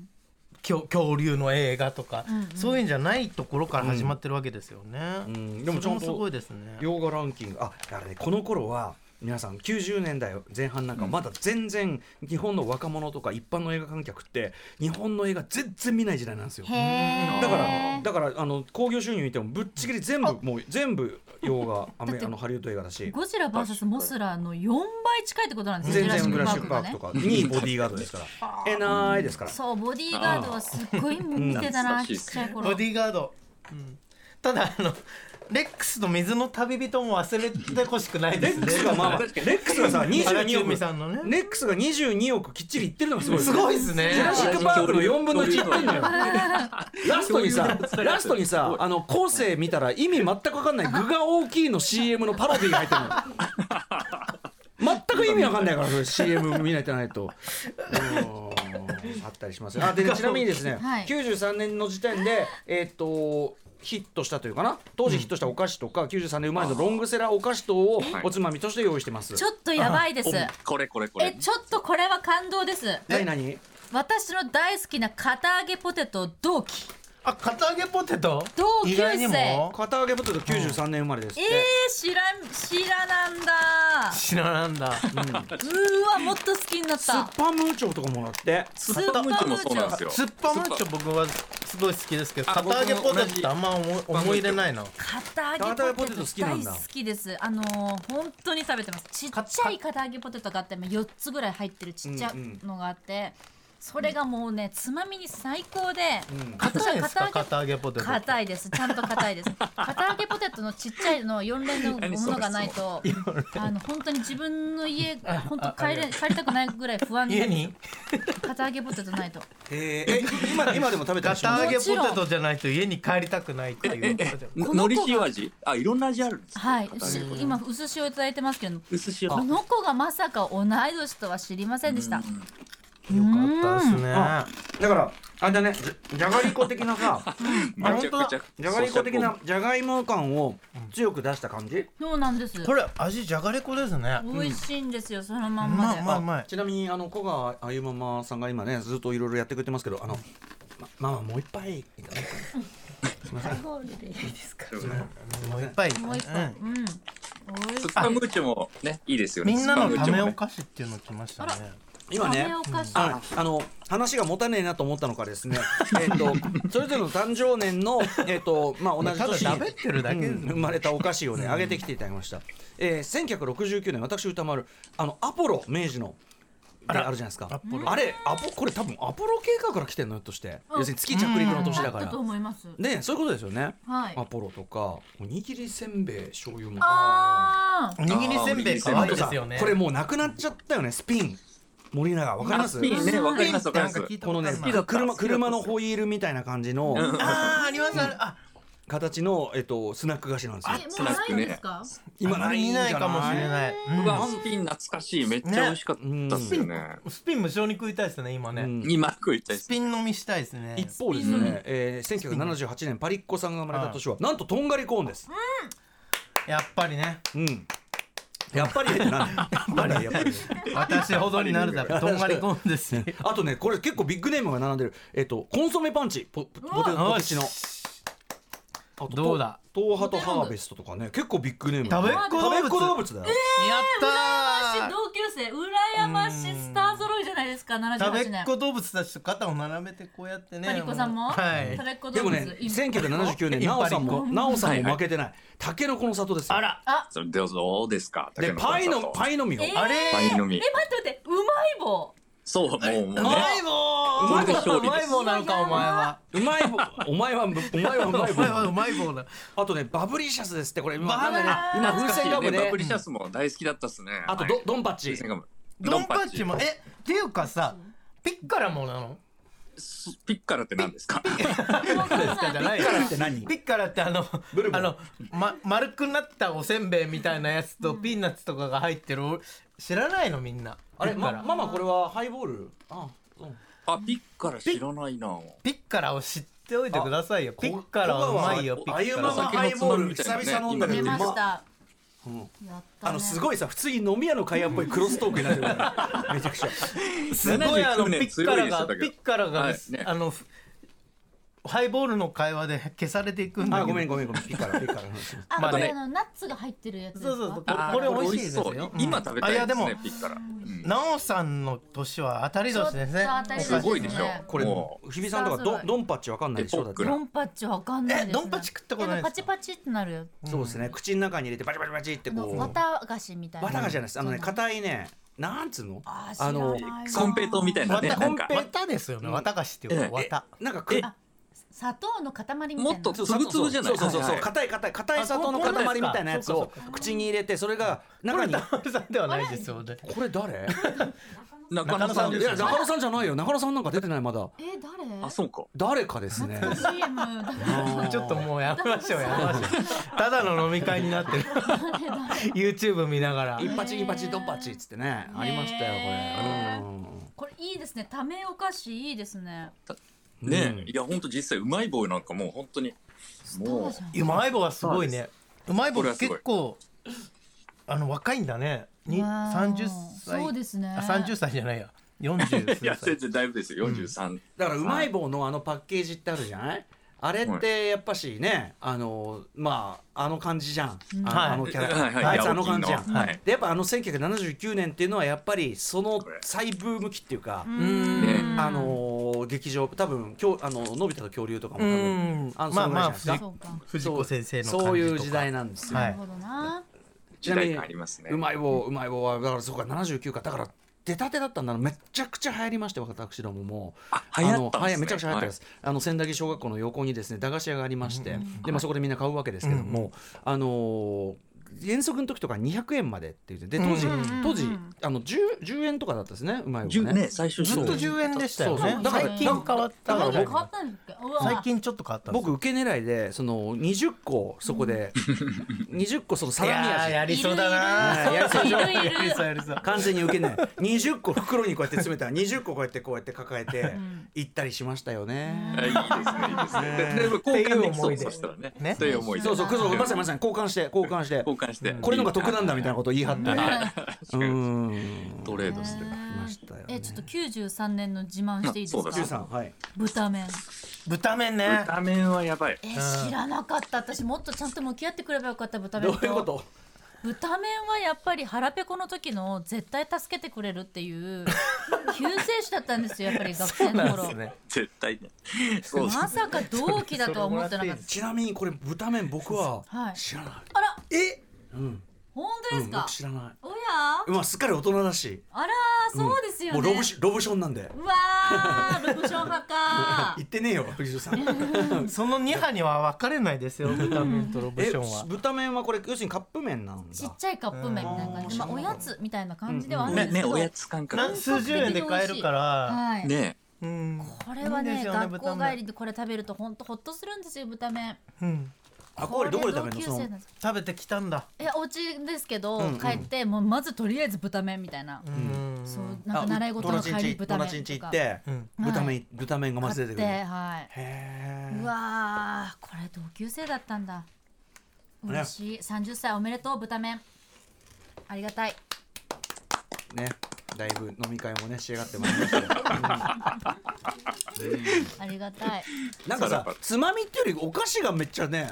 S2: 恐恐竜の映画とか、そういうんじゃないところから始まってるわけですよね、
S1: んでもちゃんと
S2: それすごいですね
S1: 洋画ランキングああれねこの頃は皆さん90年代前半なんかまだ全然日本の若者とか一般の映画観客って日本の映画全然見ない時代なんですよ。
S3: へえ。
S1: だからだからあの興行収入見てもぶっちぎり全部もう全部洋画ア
S3: だっ
S1: メ
S3: て
S1: あのハリウッド映画だし
S3: ゴジラ VS モスラの4倍近いってことなんですね。
S1: 全
S3: ジ
S1: 然
S3: ュ
S1: グ
S3: ラ
S1: ラ
S3: シ
S1: シッ
S3: ック
S1: ク・
S3: パ
S1: パ
S3: ー
S1: ー
S3: ク
S1: ク
S3: と
S1: と
S3: かね。
S1: かにボディーガードですからえないですから
S3: そう、ボディーガードはすっごい見てた
S4: あ
S3: な、
S4: ー
S3: ちっちゃい頃。
S2: ボディーガード、うん、ただあのレックスの水の旅人も忘れてほしくないで
S1: レ
S2: す
S1: ッ
S2: ね
S1: クスがまあまあレックスがさ
S2: 荒木
S1: 22
S2: 由美
S1: 億
S2: さんのね
S1: レックスが22億きっちりいってるのがすごい
S2: すごいですね
S1: ジュラシック・パークの4分の1いってんの よラストにさラストにさあの後世見たら意味全く分かんない具が大きいの CM のパロディが入ってるのよ全く意味わかんないからそれ CM 見ないとないと。うんあったりしますよあでちなみにですね、
S3: はい
S1: 93年の時点でえーっとヒットしたというかな当時ヒットしたお菓子とか、93年生まれのロングセラーお菓子等を
S4: はい
S1: おつまみとして用意してます。
S3: ちょっとやばいです。
S4: おこれこれこ
S3: え、
S4: れ
S3: ちょっとこれは感動です。
S1: 何何
S3: 私の大好きな片揚げポテト同期。
S2: あ片揚げポテト
S3: 同級生
S2: 意外にも
S1: 片揚げポテト93年生まれですっ
S3: え
S1: て、
S3: ー、知らん、知らなんだ。
S2: 知らなんだ
S3: うわもっと好きになっ
S1: スッ
S3: た
S1: パムーチョとかもらって
S3: ス
S4: スッパムーチョもそうなんですよ
S2: スッパムーチョ僕はすごい好きですけど
S4: あ
S2: 片揚げポテトってあんま思い
S4: 僕も同じ
S2: 思い入れないな
S3: 片揚げポテト大好きですあのー本当に食べてますちっちゃい片揚げポテトがあって4つぐらい入ってるちっちゃいのがあって、それがもうねつまみに最高で、
S2: 硬いんですか
S3: 私は
S2: 片揚げポテトって
S3: 硬いですちゃんと硬いです片揚げポテトのちっちゃいの4連のものがないとあの本当に自分の家本当帰れ帰りたくないぐらい不安にな
S2: 家
S3: る
S2: に
S3: 片揚げポテトないと
S1: えーえ今今でも食べてらっしゃ
S2: 片
S1: る
S2: 揚げポテトじゃないと家に帰りたくないっていう
S3: こ
S4: の
S3: の子が
S4: り塩味あいろんな味あるんですね
S3: はい
S4: 片揚げポテト
S3: 今薄塩いただいてますけれども
S4: 薄塩
S3: この子がまさか同い年とは知りませんでした
S2: かったですね
S1: あだからあれだねじゃじゃがりこ的なさ
S4: めちゃくちゃ
S1: じゃがりこ的なじゃがいも感を強く出した感じ
S3: そうなんです
S2: これ味じゃがりこですね
S3: 美味しいんですよそのまんま
S2: ま
S3: で
S2: あまあまあ
S1: ちなみにあの小川あゆママさんが今ねずっといろいろやってくれてますけどあのまママもう一杯いかない
S2: もう一杯
S3: もう一杯うん美味し
S4: ス
S3: い
S4: ッパムーチョもねいいですよね
S2: みんなの
S4: スッパムーチ
S2: ため
S4: ョも
S2: お
S4: ね
S2: 菓子っていうの来ましたね
S1: 今ね
S3: 豆お菓子
S1: あのあの話が持たねえなと思ったのかですね えっとそれぞれの誕生年 のえっとまあ同じ
S2: ただ
S1: 年に
S2: 喋ってるだけです
S1: うん生まれたお菓子をね、上げてきていただきました。えー、1969年、私歌丸、あのアポロ明治の。あれあるじゃないですか。
S2: アポ
S1: あれ、アポ、これ多分アポロ計画から来てんのよとして、要するに月着陸の年だ
S3: だ
S1: か
S3: った
S1: ら
S3: と。思います
S1: ね、そういうことですよね。
S3: はい
S1: アポロとか、おにぎりせんべい、醤油も。
S3: あ
S2: おにぎりせんべい可
S1: あ
S2: 愛い
S1: と
S2: で
S1: さ
S2: すよね、
S1: これもうなくなっちゃったよね、スピン。森永、わかりま
S4: あ
S1: す
S4: ス。ピンねわかりますわかります
S2: なんか聞いた
S1: このね
S2: 好きだ、った
S1: 車、車のホイールみたいな感じの
S2: あーありますあるあ
S1: 形の、えっと、スナック菓子なんですよ
S3: ー。えもうないんですか
S1: 今ないん
S2: 見
S1: じゃ
S2: ないかもしれない、
S4: う
S2: うん
S4: わスピン懐かしいめっちゃ美味しかったっすよね
S2: スピン無性に食いたいですね今ね、
S1: うん
S4: 二マークいったいで
S2: ス
S4: す
S2: ピン飲みしたいですね
S1: 一方ですね、えー、1978年パリッコさんが生まれた年はなんととんがりコーンです。
S2: やっぱりね
S1: うん。やっぱりなんだよなんだよやっぱりね。
S2: 私ほどになるだろとんがりコーンですよ
S1: あとねこれ結構ビッグネームが並んでるえっとコンソメパンチポポポテポテチの。あと
S2: どうだ。
S1: と東ハとハーベストとかね結構ビッグネームだね。
S2: 食べっ子動
S1: 食
S2: 物
S1: べっ子動物だよ。
S2: やったー
S3: 同級生羨ましいスター揃いじゃないですか
S2: 食べ
S3: 78
S2: っ
S3: 年
S2: 子動物たちと肩を並べてこうやってね
S3: パリコさんも
S2: はい
S3: 食べっ子
S1: で
S3: 動
S1: も
S3: 物
S1: ね1979年
S2: いっ
S1: ナ
S2: ぱい
S1: オさんもナオさん
S4: はい
S1: も
S4: はい
S1: 負けてない。タケノコの里ですよ。
S2: あ。ら
S4: それどうどうですか
S1: でパイのパ
S4: イ
S1: イの実よ。
S3: あ
S2: あ
S3: れ
S2: れ
S3: え
S4: パイの
S3: 待っ
S4: 実
S3: て待ってうまい棒
S4: そうもうもうね
S2: うまい棒
S4: これで勝
S2: う
S4: 利です
S2: まい棒なんかお前は
S1: うまい棒お前はお前はう
S2: お
S1: まい
S2: 前
S1: 棒。
S2: はうまい棒だ
S1: あとねバブリーシャスですってこれ今
S2: バブリー
S1: なんかね今風船ガム
S4: 懐かしいねバブリ
S1: ね
S4: シャスも大好きだったっすね
S1: あと
S4: はい
S1: ドドンパッチ
S4: 風船ガム
S2: ドンパッチもえっていうかさピッカラもなの
S4: すピッカラって何ですか
S2: ですかじゃないよ
S1: って何
S2: ピッカラってあの
S1: ブルボン
S2: あの、ま、丸くなったおせんべいみたいなやつとピーナッツとかが入ってるお知らないのみんな
S1: あれ
S2: ピッカ
S1: ま
S2: ラ、
S1: ママこれはハイボールあうん
S4: あピッカラ知らないな
S2: ピッカラを知っておいてくださいよピッカラはうまいよ
S1: ここ
S2: ピ
S1: はあゆ
S2: ッカ
S1: ママ
S2: ラは
S1: ハイボール久々飲んだけ
S3: 出
S1: ど
S3: ま
S1: う
S3: し
S1: ま
S3: た
S1: うん
S3: やったね
S1: あのすごいさ普通に飲み屋の会話っぽいクロストークになってるからめちゃくちゃ
S2: すごいあの
S4: 79
S2: ピ
S4: 年
S2: ッカラ
S4: 強
S2: が
S4: いでしたけど
S2: ピッカラが、
S4: はいね
S2: あのふハイボールの会話で消されていくんだけ
S1: あ
S2: ど
S1: ごめんごめんごめんピッカラピッカラ
S3: あ、
S2: まあ
S3: こ
S2: ね
S3: れあのナッツが入ってるやつですか
S2: そうそうそう
S4: あー
S2: これ美味しいですよ
S4: これ美味しそう今食べたい
S2: あいや
S4: で
S2: ですも
S4: ねピッカラうん
S2: なおさんの年は当たり年ですね
S3: ちょっと当たり年
S4: すごいでしょ
S1: これ日比さんとかドドンパッチわかんないでしょだって
S4: エポッ
S3: ドンパッチわかんないです、ね、
S2: えドンパチ食ったことない
S3: で
S2: で
S3: もパ
S2: す
S3: チ
S2: か
S3: パチってなるよ
S1: そうですね口の中に入れてバチバチバチって
S3: あの
S1: こう
S3: 綿菓子みたいな
S1: バタがじゃないですあのね
S3: そう
S1: 硬いねなんつうの
S3: あー
S1: あの
S3: 知らないわ
S4: コンペイトーみたいな
S2: わ
S4: ね
S2: た
S4: な
S2: コ
S4: ん
S2: ン
S4: か
S2: ペわたですよねわた菓子っていうかわた
S1: なんかくっ
S3: 砂糖の塊みたいな
S4: もっとつぶつぶじゃない
S1: そうそうそうそう
S4: はいはい
S1: 硬い硬い硬い砂糖の塊みたいなやつ
S2: そう
S1: を口に入れてそれが中に
S2: なおさんではないですよね
S1: これ誰
S4: 中野さんで
S1: い
S4: す
S1: や
S4: よね
S1: 中野さんじゃないよ中野さんなんか出てないまだ
S3: えー、誰
S4: あそうか
S1: 誰かですね
S3: CM だ
S1: あー
S2: ちょっともうやめましょうやめましょうただの飲み会になってる YouTube 見ながら
S1: 一発一発ドンパチっつってねありましたよ
S3: へー
S1: これ
S3: これいいですねためお菓子いいですね
S4: ね
S1: うん
S4: いや本当実際うまい棒なんかもう本当にもう
S3: そうじゃん
S2: うまい棒はすごいねうまい棒
S4: これはすごい
S2: 結構あの若いんだねに
S3: わー
S2: 30歳
S3: そうですね
S2: あ30歳じゃないや40
S4: いや
S2: 数
S4: 全
S2: 歳
S4: 然だいぶですよ43
S1: だからうまい棒のあのパッケージってあるじゃないあれってやっぱしね、あのまああの感じじゃん、あ
S2: はい
S1: あのキャラ、
S4: はいはい
S1: あいつ
S4: ヤオキンの
S1: あの感じじゃん、
S4: はい
S1: でやっぱあの1979年っていうのはやっぱりその再ブーム期っていうか、
S4: ね
S1: あのー劇場多分今日あののび太と恐竜とかも多分、
S2: ま
S1: あ
S2: あ
S1: のそのぐらいじゃない
S2: まあ
S1: ですか
S2: 藤
S3: そうか
S2: 藤子先生の
S1: そう
S2: 感じとか
S1: そういう時代なんですよ、
S2: は
S3: ないるほどな
S1: ち
S4: 時
S1: なみ
S4: 代
S1: に
S4: 感ありますね
S1: うまい棒うまい棒はだからそうか79かだから出たてだったんだなめちゃくちゃ流行りまして私どもも
S4: あ流行っ
S1: あ
S4: たんですね
S1: のはいめちゃくちゃ流行ったです、あの千駄木小学校の横にですね駄菓子屋がありまして、でまあ、そこでみんな買うわけですけども、あのー遠足の時とか200円までって言ってで当時、当時あの 10, 10円とかだったですねうまい棒
S4: 十
S1: ね
S4: ね最初
S2: ずっと
S4: そう
S2: 10円でしたよ
S1: そう
S2: ね
S1: そう
S3: だから
S2: 最近変わった
S1: だから
S3: 変
S1: 僕
S3: わったんですかうわ
S2: 最近ちょっと変わったんです
S1: 僕受け狙いでその20個そこで、20個そのサラミ
S2: いやー
S1: 味
S2: やりそうだな
S1: はい
S3: るいる
S2: やりそうやりそう
S1: 完全に受けない20個袋にこうやって詰めたら20個こうやってこうやって抱えて行ったりしましたよね。
S4: あいいですねいいですねででも交換できそうそしたらね
S2: ね
S4: という思いで
S1: そうそう、くそうまさにまさに交換して交換して
S4: 交換して
S1: これの方が得なんだみたいなことを言い張って。う
S4: 違います
S1: ん。
S4: トレードして
S1: ましたよね
S3: えちょっと93年の自慢していい
S4: あそ
S1: 九
S4: う
S3: です
S1: さ
S3: か
S1: んはい。
S3: 豚麺
S2: 豚麺ね
S4: 豚麺はやばい
S3: え知らなかった私もっとちゃんと向き合ってくればよかった豚
S1: どう
S3: 麺
S1: いうこと？
S3: 豚麺はやっぱり腹ペコの時の絶対助けてくれるっていう救世主だったんですよやっぱり学生の頃、
S2: ね
S4: 絶対ねそうです
S3: まさか同期だとは思ってなかった
S1: ちなみにこれ豚麺僕は
S3: はい
S1: 知らない。
S3: あら
S1: え？
S3: 本当
S1: うん
S3: ですか
S1: 僕、知らない。
S3: おや
S1: まあすっかり大人だし。
S3: あらー
S1: ん
S3: そうですよね、
S1: もうロブシロブションなんで。
S3: うわーロブ ション派か
S1: 言ってねえよ藤井さん。
S2: その2派には分かれないで すよ豚麺とロブ
S1: え
S2: ションは
S1: 豚麺はこれ要するにカップ麺なん
S3: ちっ
S1: だ。
S3: ちゃいカップ麺みたいな感じ、まあ、おやつみたいな感じではあるんで
S4: ね
S3: すけ
S4: ね
S3: ど、
S4: おやつ感覚
S2: 何数十円で買えるから
S3: はい、
S4: ね
S2: うん
S3: これはい
S2: いん
S3: ね
S2: ですよ
S3: 学校
S2: 豚麺
S3: 帰りでこれ食べるとほんとほっとするんですよ豚麺
S2: うん
S1: あこれどこで食べるの？そ
S3: 同級
S1: の
S3: 生なんです
S2: 食べてきたんだ
S3: いやお家ですけど、帰ってもうまずとりあえず豚麺みたいな、
S2: うん
S3: そうなんか習い事の帰り豚麺
S1: 友達んち
S3: と
S1: 行
S3: か
S1: って、
S2: うん
S1: 豚麺豚麺がまず
S3: 買
S1: 出
S3: ってて
S1: くるへ
S3: はい
S1: え
S3: うわーこれ同級生だったんだ
S1: ね
S3: 嬉しい、30歳おめでとう豚麺ありがたい
S1: ねだいぶ飲み会もね仕上がってまいりましたけど
S3: ありがたい
S1: なんか
S4: そうだや
S1: さ
S4: っぱ
S1: つまみっていうよりお菓子がめっちゃね、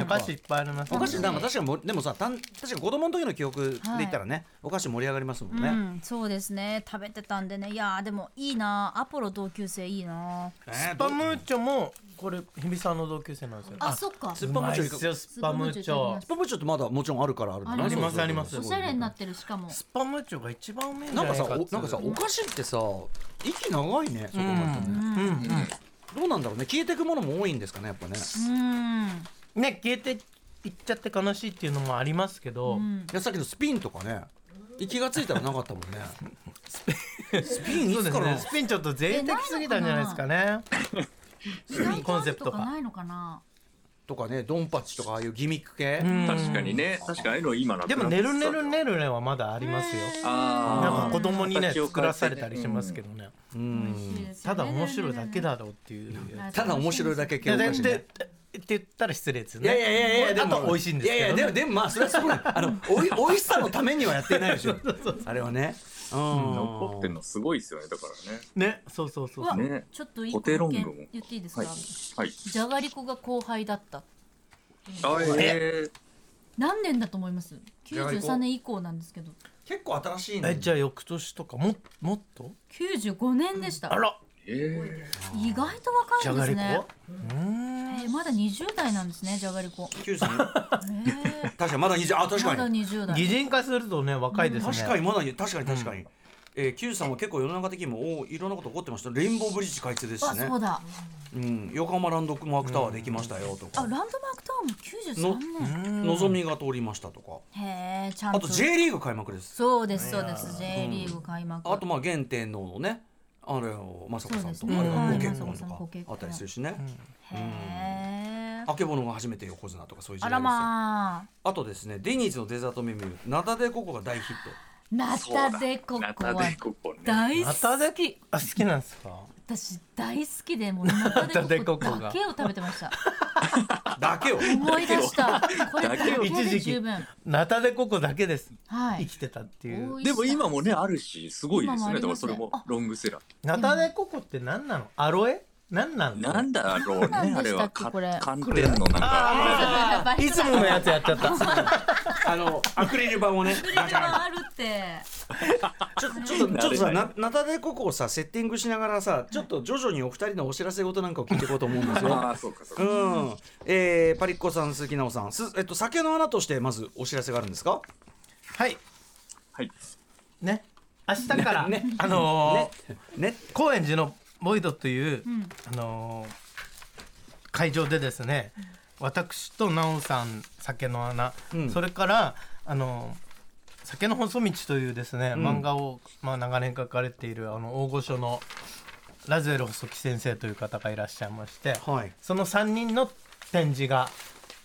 S2: お菓子いっぱいありますね
S1: お菓子なんか確かもでもさたん確か子供の時の記憶で言ったらね、お菓子盛り上がりますもんね、
S3: うんそうですね食べてたんでねいやーでもいいなアポロ同級生いいな
S1: えー
S2: スパムーチョもこれ日比さんの同級生なんですよ
S3: あそっか
S1: ス
S2: う
S1: パムー
S2: まい
S1: チョ
S2: で
S1: いか
S2: すよスパムーチョ
S1: スパムーチョってまだもちろんあるからあるんだね
S3: あります
S1: そうそうそう
S2: あります
S3: おしゃれになってるしかも
S2: スパムーチョが一番うめえんじ
S1: な
S2: ゃ
S1: んか
S2: ないか
S1: さ
S2: っ
S1: お
S2: つう
S1: なんかさお菓子ってさ息長いねそこまでね、どうなんだろうね消えてくものも多いんですかねやっぱね、
S3: うん
S2: ね消えていっちゃって悲しいっていうのもありますけど、
S1: いやさっきのスピンとかね気がついたらなかったもんねスピンい
S2: そう
S1: つ
S2: で
S1: か
S2: す
S1: ら
S2: ねスピンちょっと贅沢すぎたんじゃないですかねコンセプト
S3: 意外とあるとか
S2: が
S3: ないのかな
S1: とかねドンパチとかああいうギミック系
S2: うん
S4: 確かにね確かにああいうの今なく
S2: で
S4: な
S2: も「
S4: って
S2: ね
S4: き
S2: る
S4: た
S2: ねるねるね」はまだありますよ
S4: あ
S2: な
S4: ー
S2: んか子供にね
S4: 形を変えてね
S2: 作らされたりしますけどね、
S1: うん
S3: 美味しいですよ
S2: た
S3: ね
S2: だ面白いだけだろうっていう、いや
S1: ただ面白いだけ系
S2: だ
S1: お
S2: だ
S1: 菓
S2: っ
S1: 子
S2: て
S1: ね
S2: って言ったら失礼です
S1: いやい
S2: ね
S1: やいやいやでも
S2: あと美味しいんですけどね
S1: いやいやでもでもまあそれはそう だあのおい美味しさのためにはやってないでしょあれはねうん
S4: 残ってんのすごいですよねだからね
S2: ねそうそうそううそ
S3: わ
S2: う
S4: ね
S3: ちょっといい
S4: ポテロングも
S3: 言っていいですか、
S4: はいはい
S3: じゃがりこが後輩だった
S4: あえー
S3: 何年だと思います
S1: じゃがりこ
S3: 93年以降なんですけど
S1: 結構新しい
S2: え
S1: ね
S2: じゃあ翌年とかももっと
S3: 95年でした、
S2: あら
S4: え
S3: 意外と
S2: じ
S3: 若
S2: ゃ
S3: いんで
S2: が
S3: す
S2: りこ、
S3: ねえーまだ20代なんですねじゃがりこ、
S1: 九さん確
S3: えー
S1: かにまだ20あ確
S3: ま
S1: か
S3: だ
S1: に
S3: 20代
S2: 擬人化するとね若いですね
S1: 確かにまだ確かに確かにえー、キュウさんは結構世の中的にもおいろんなこと起こってましたレインボーブリッジ開通でした
S3: あ
S1: ね
S3: そうだ
S1: うん、横浜ランドマークタワーできましたよとか
S3: あランドマークタワーも93年
S1: のぞみが通りましたとか
S3: へえちゃん
S1: あと
S3: と
S1: J リーグ開幕です
S3: そうですそうです J リーグ開幕、
S1: あとまあ現天皇のねあれを雅子さんと
S3: そ
S1: か、
S3: うですね
S1: あれは
S3: はい
S1: ご結婚と
S3: 雅子さんご
S1: か
S3: 結
S1: あ
S3: 婚
S1: ったりするしね、
S3: へえ
S1: あけぼのが初めて横綱とかそういう時
S3: あ
S1: 代です
S3: ら
S1: よ、
S3: まあ
S1: あとですねデニーズのデザートメニューナタデココが大ヒッ
S3: ナ
S4: ーそう
S3: タ
S4: だ
S3: デココ
S4: ナタ
S3: は
S4: デココね
S3: 大好
S2: またできあ好きなんですか
S3: 私大好きでもうナタデココだけを食べてました
S1: トだけを
S3: 思い出したこれだけで
S2: 一時
S3: 十
S2: 期
S3: 分
S2: ナタデココだけです
S3: は
S2: 生
S3: い
S2: きてたってい
S3: 美
S2: う
S3: 味し
S4: で
S3: さ
S4: も今もねあるしすごいです
S3: 今もあ
S4: ね
S3: り
S4: だか
S3: ま
S4: ら
S3: す
S4: そ
S3: ね
S4: れもロングセラー
S2: ナタデココって何なのアロエなんなんだろう
S4: なんだろうね、
S3: 何
S4: あ
S3: でし
S4: れ
S3: た
S4: は。
S3: っけ
S4: か
S3: これ
S4: 寒天のなんか。
S2: あーいつものやつやっちゃった。
S1: あのアクリル板をねガチャン
S3: あるって
S1: ちょちょっとちょっとさなナタデココをさセッティングしながらさちょっと徐々にお二人のお知らせ事なんかを聞いていこうと思うんですよ。
S4: ああ、そうか、そう
S1: う
S4: か。
S1: ん、えー、パリッコさん鈴木奈緒さんす、えっと、酒の穴としてまずお知らせがあるんですか
S2: はい。
S4: はい。
S2: ね。明日から、
S1: ねね
S2: あのー
S1: ねね
S2: 高円寺のボイドという、あのー会場でですね、私と奈緒さん酒の穴、
S1: うん
S2: それからあのー酒の細道というですね、
S1: ん
S2: 漫画を、まあ、長年書かれているあの大御所のラズエル細木先生という方がいらっしゃいまして、
S1: はい
S2: その3人の展示が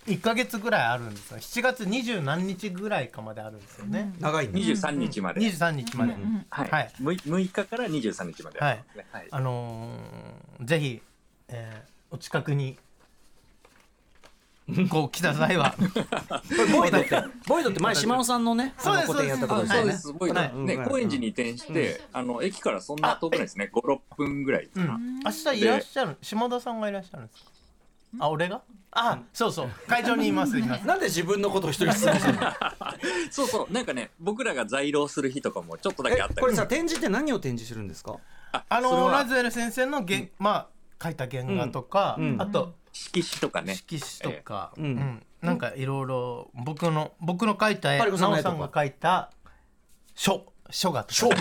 S2: 1か月ぐらいあるんですよ7月二十何日ぐらいかまであるんですよね、
S1: 長いね
S4: 二十三日まで。
S2: 23日まで、は
S4: はいい。六六日から二十三日まで。
S2: はい
S4: はい。
S2: あのーぜひ、えーお近 くにこう来た際 は
S1: ボイドってボイドって前島尾さんのねあの
S2: そうです
S1: 個展やったところです
S4: そ
S1: よ
S4: うで
S1: ね
S4: す、すごい
S2: は
S4: な。
S2: い
S4: ね、
S1: うん
S4: 高円寺に移転して、あの、駅からそんな遠くないですね。五六分ぐらいかな。
S2: 明日いらっしゃる島田さんがいらっしゃるんですかあ俺があそうそう会場にいますいます
S1: なんで自分のことを一人質問する の
S4: そうそう、なんかね、僕らが在廊する日とかも、ちょっとだけあっ
S1: え
S4: た
S1: こ
S4: り
S1: れ。さ展示って何を展示するんですか
S2: あ
S4: それ
S2: の
S4: は
S2: ーラズエル先生のげ、まあ書いた原画とか、
S1: うんうん
S2: あと
S4: 色紙とかね。
S2: 色紙とか、
S1: ええ
S2: う
S1: うんん
S2: なんかいろいろ僕の僕の書いた絵
S1: パリコさんの
S2: 奈緒
S1: 絵と
S2: さ
S1: か
S2: んが書いた書書が書は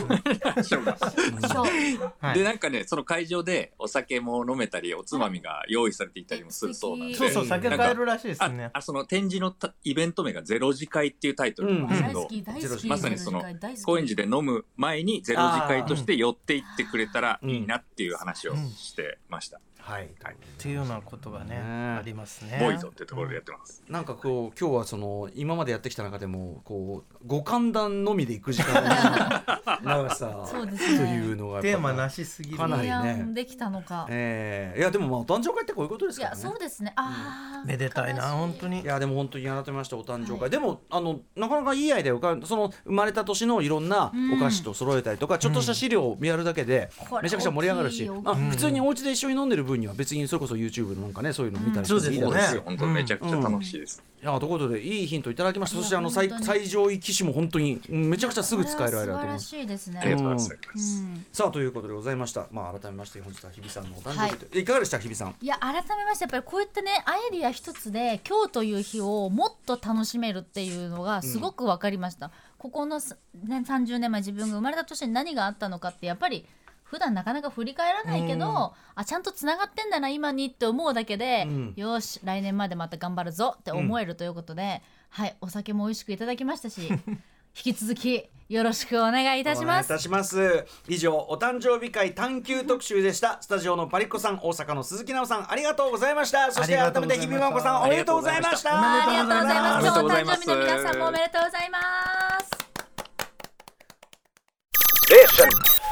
S2: い
S4: で、なんかね、その会場で、お酒も飲めたり、おつまみが用意されていたりもするそうなんで。
S2: そうそう
S1: ええ
S2: 酒買えるらしいです
S4: あ
S2: ね
S4: あその展示のたイベント名が「ゼロ次会」っていうタイトルなんですけ
S3: 大
S4: ど、
S3: 好き大好き
S4: まさにその高円寺で飲む前にゼロ次会として寄っていってくれたら
S1: うん
S4: いいなっていう話をしてました、
S1: はい
S2: っていうようなことがね
S1: ね
S2: ありますね。
S4: ボイドっていうところでやってます、
S1: なんかこう今日はその今までやってきた中でもこう五感談のみで行く時間 が長さ
S3: そうですね
S1: というのがやっぱ
S2: テーマなしすぎる。
S1: かなり
S3: 提
S1: ね
S3: 案できたのか
S1: えーいやでもまあお誕生会ってこういうことです
S3: い
S1: から
S3: や
S1: ね
S3: そうですねあー
S2: めでたいな
S3: 悲し
S2: 本当
S1: い
S2: に。
S1: やでも本当に改めましてお誕生会、でもあのなかなかいいアイデアを浮かその生まれた年のいろんなお菓子と揃えたりとか、ちょっとした資料を見やるだけで
S3: これ
S1: めちゃくちゃ盛り上がるし、
S3: 大きい
S1: まあ、普通にお家で一緒に飲んでる分には別にそれこそ YouTube のなんかねそういうの見たりして
S2: うんそうで
S1: い
S2: す
S1: い
S2: よ
S1: だ
S4: そう
S1: ろうし
S4: ですよ本
S2: ね
S4: 当めちゃくちゃ楽しいです、
S1: いやということでいいヒントいただきましたそしてあの
S3: いや
S1: 最
S3: 本当に
S1: 最上位機種も本当にうんめちゃくちゃすぐ使えるアイデアだ
S3: こ
S1: と思いま
S3: れは素
S1: す。
S3: 晴らしいです
S4: ありが
S3: ね
S4: とうございます、
S1: さあということでございました、まあ、改めまして本日は日比さんのお誕生日と、い、かがでした日比さん
S3: いや改めましてやっぱりこういったねアイディア一つで今日という日をもっと楽しめるっていうのがすごく分かりました、ここのす、ね、30年前自分が生まれた年に何があったのかってやっぱり普段なかなか振り返らないけど、あちゃんとつながってんだな今にって思うだけで、
S1: うん
S3: よし来年までまた頑張るぞって思えるということで、はいお酒も美味しくいただきました し引き続きよろしくお願いいたし
S1: お願
S3: ま
S1: いい
S3: す
S1: た。します以上お誕生日会探求特集でしたスタジオのパリッコさん大阪の鈴木奈緒さんありがとうございましたそして
S2: あり
S1: 改
S2: がとうご
S1: め
S2: ざ
S1: て
S2: いまし
S1: 日比
S2: た
S1: 真子さんおめでとうございました
S3: ありがとうございます。今日
S4: おめでとうございます
S3: お誕生日の皆さんもおめでとうございます。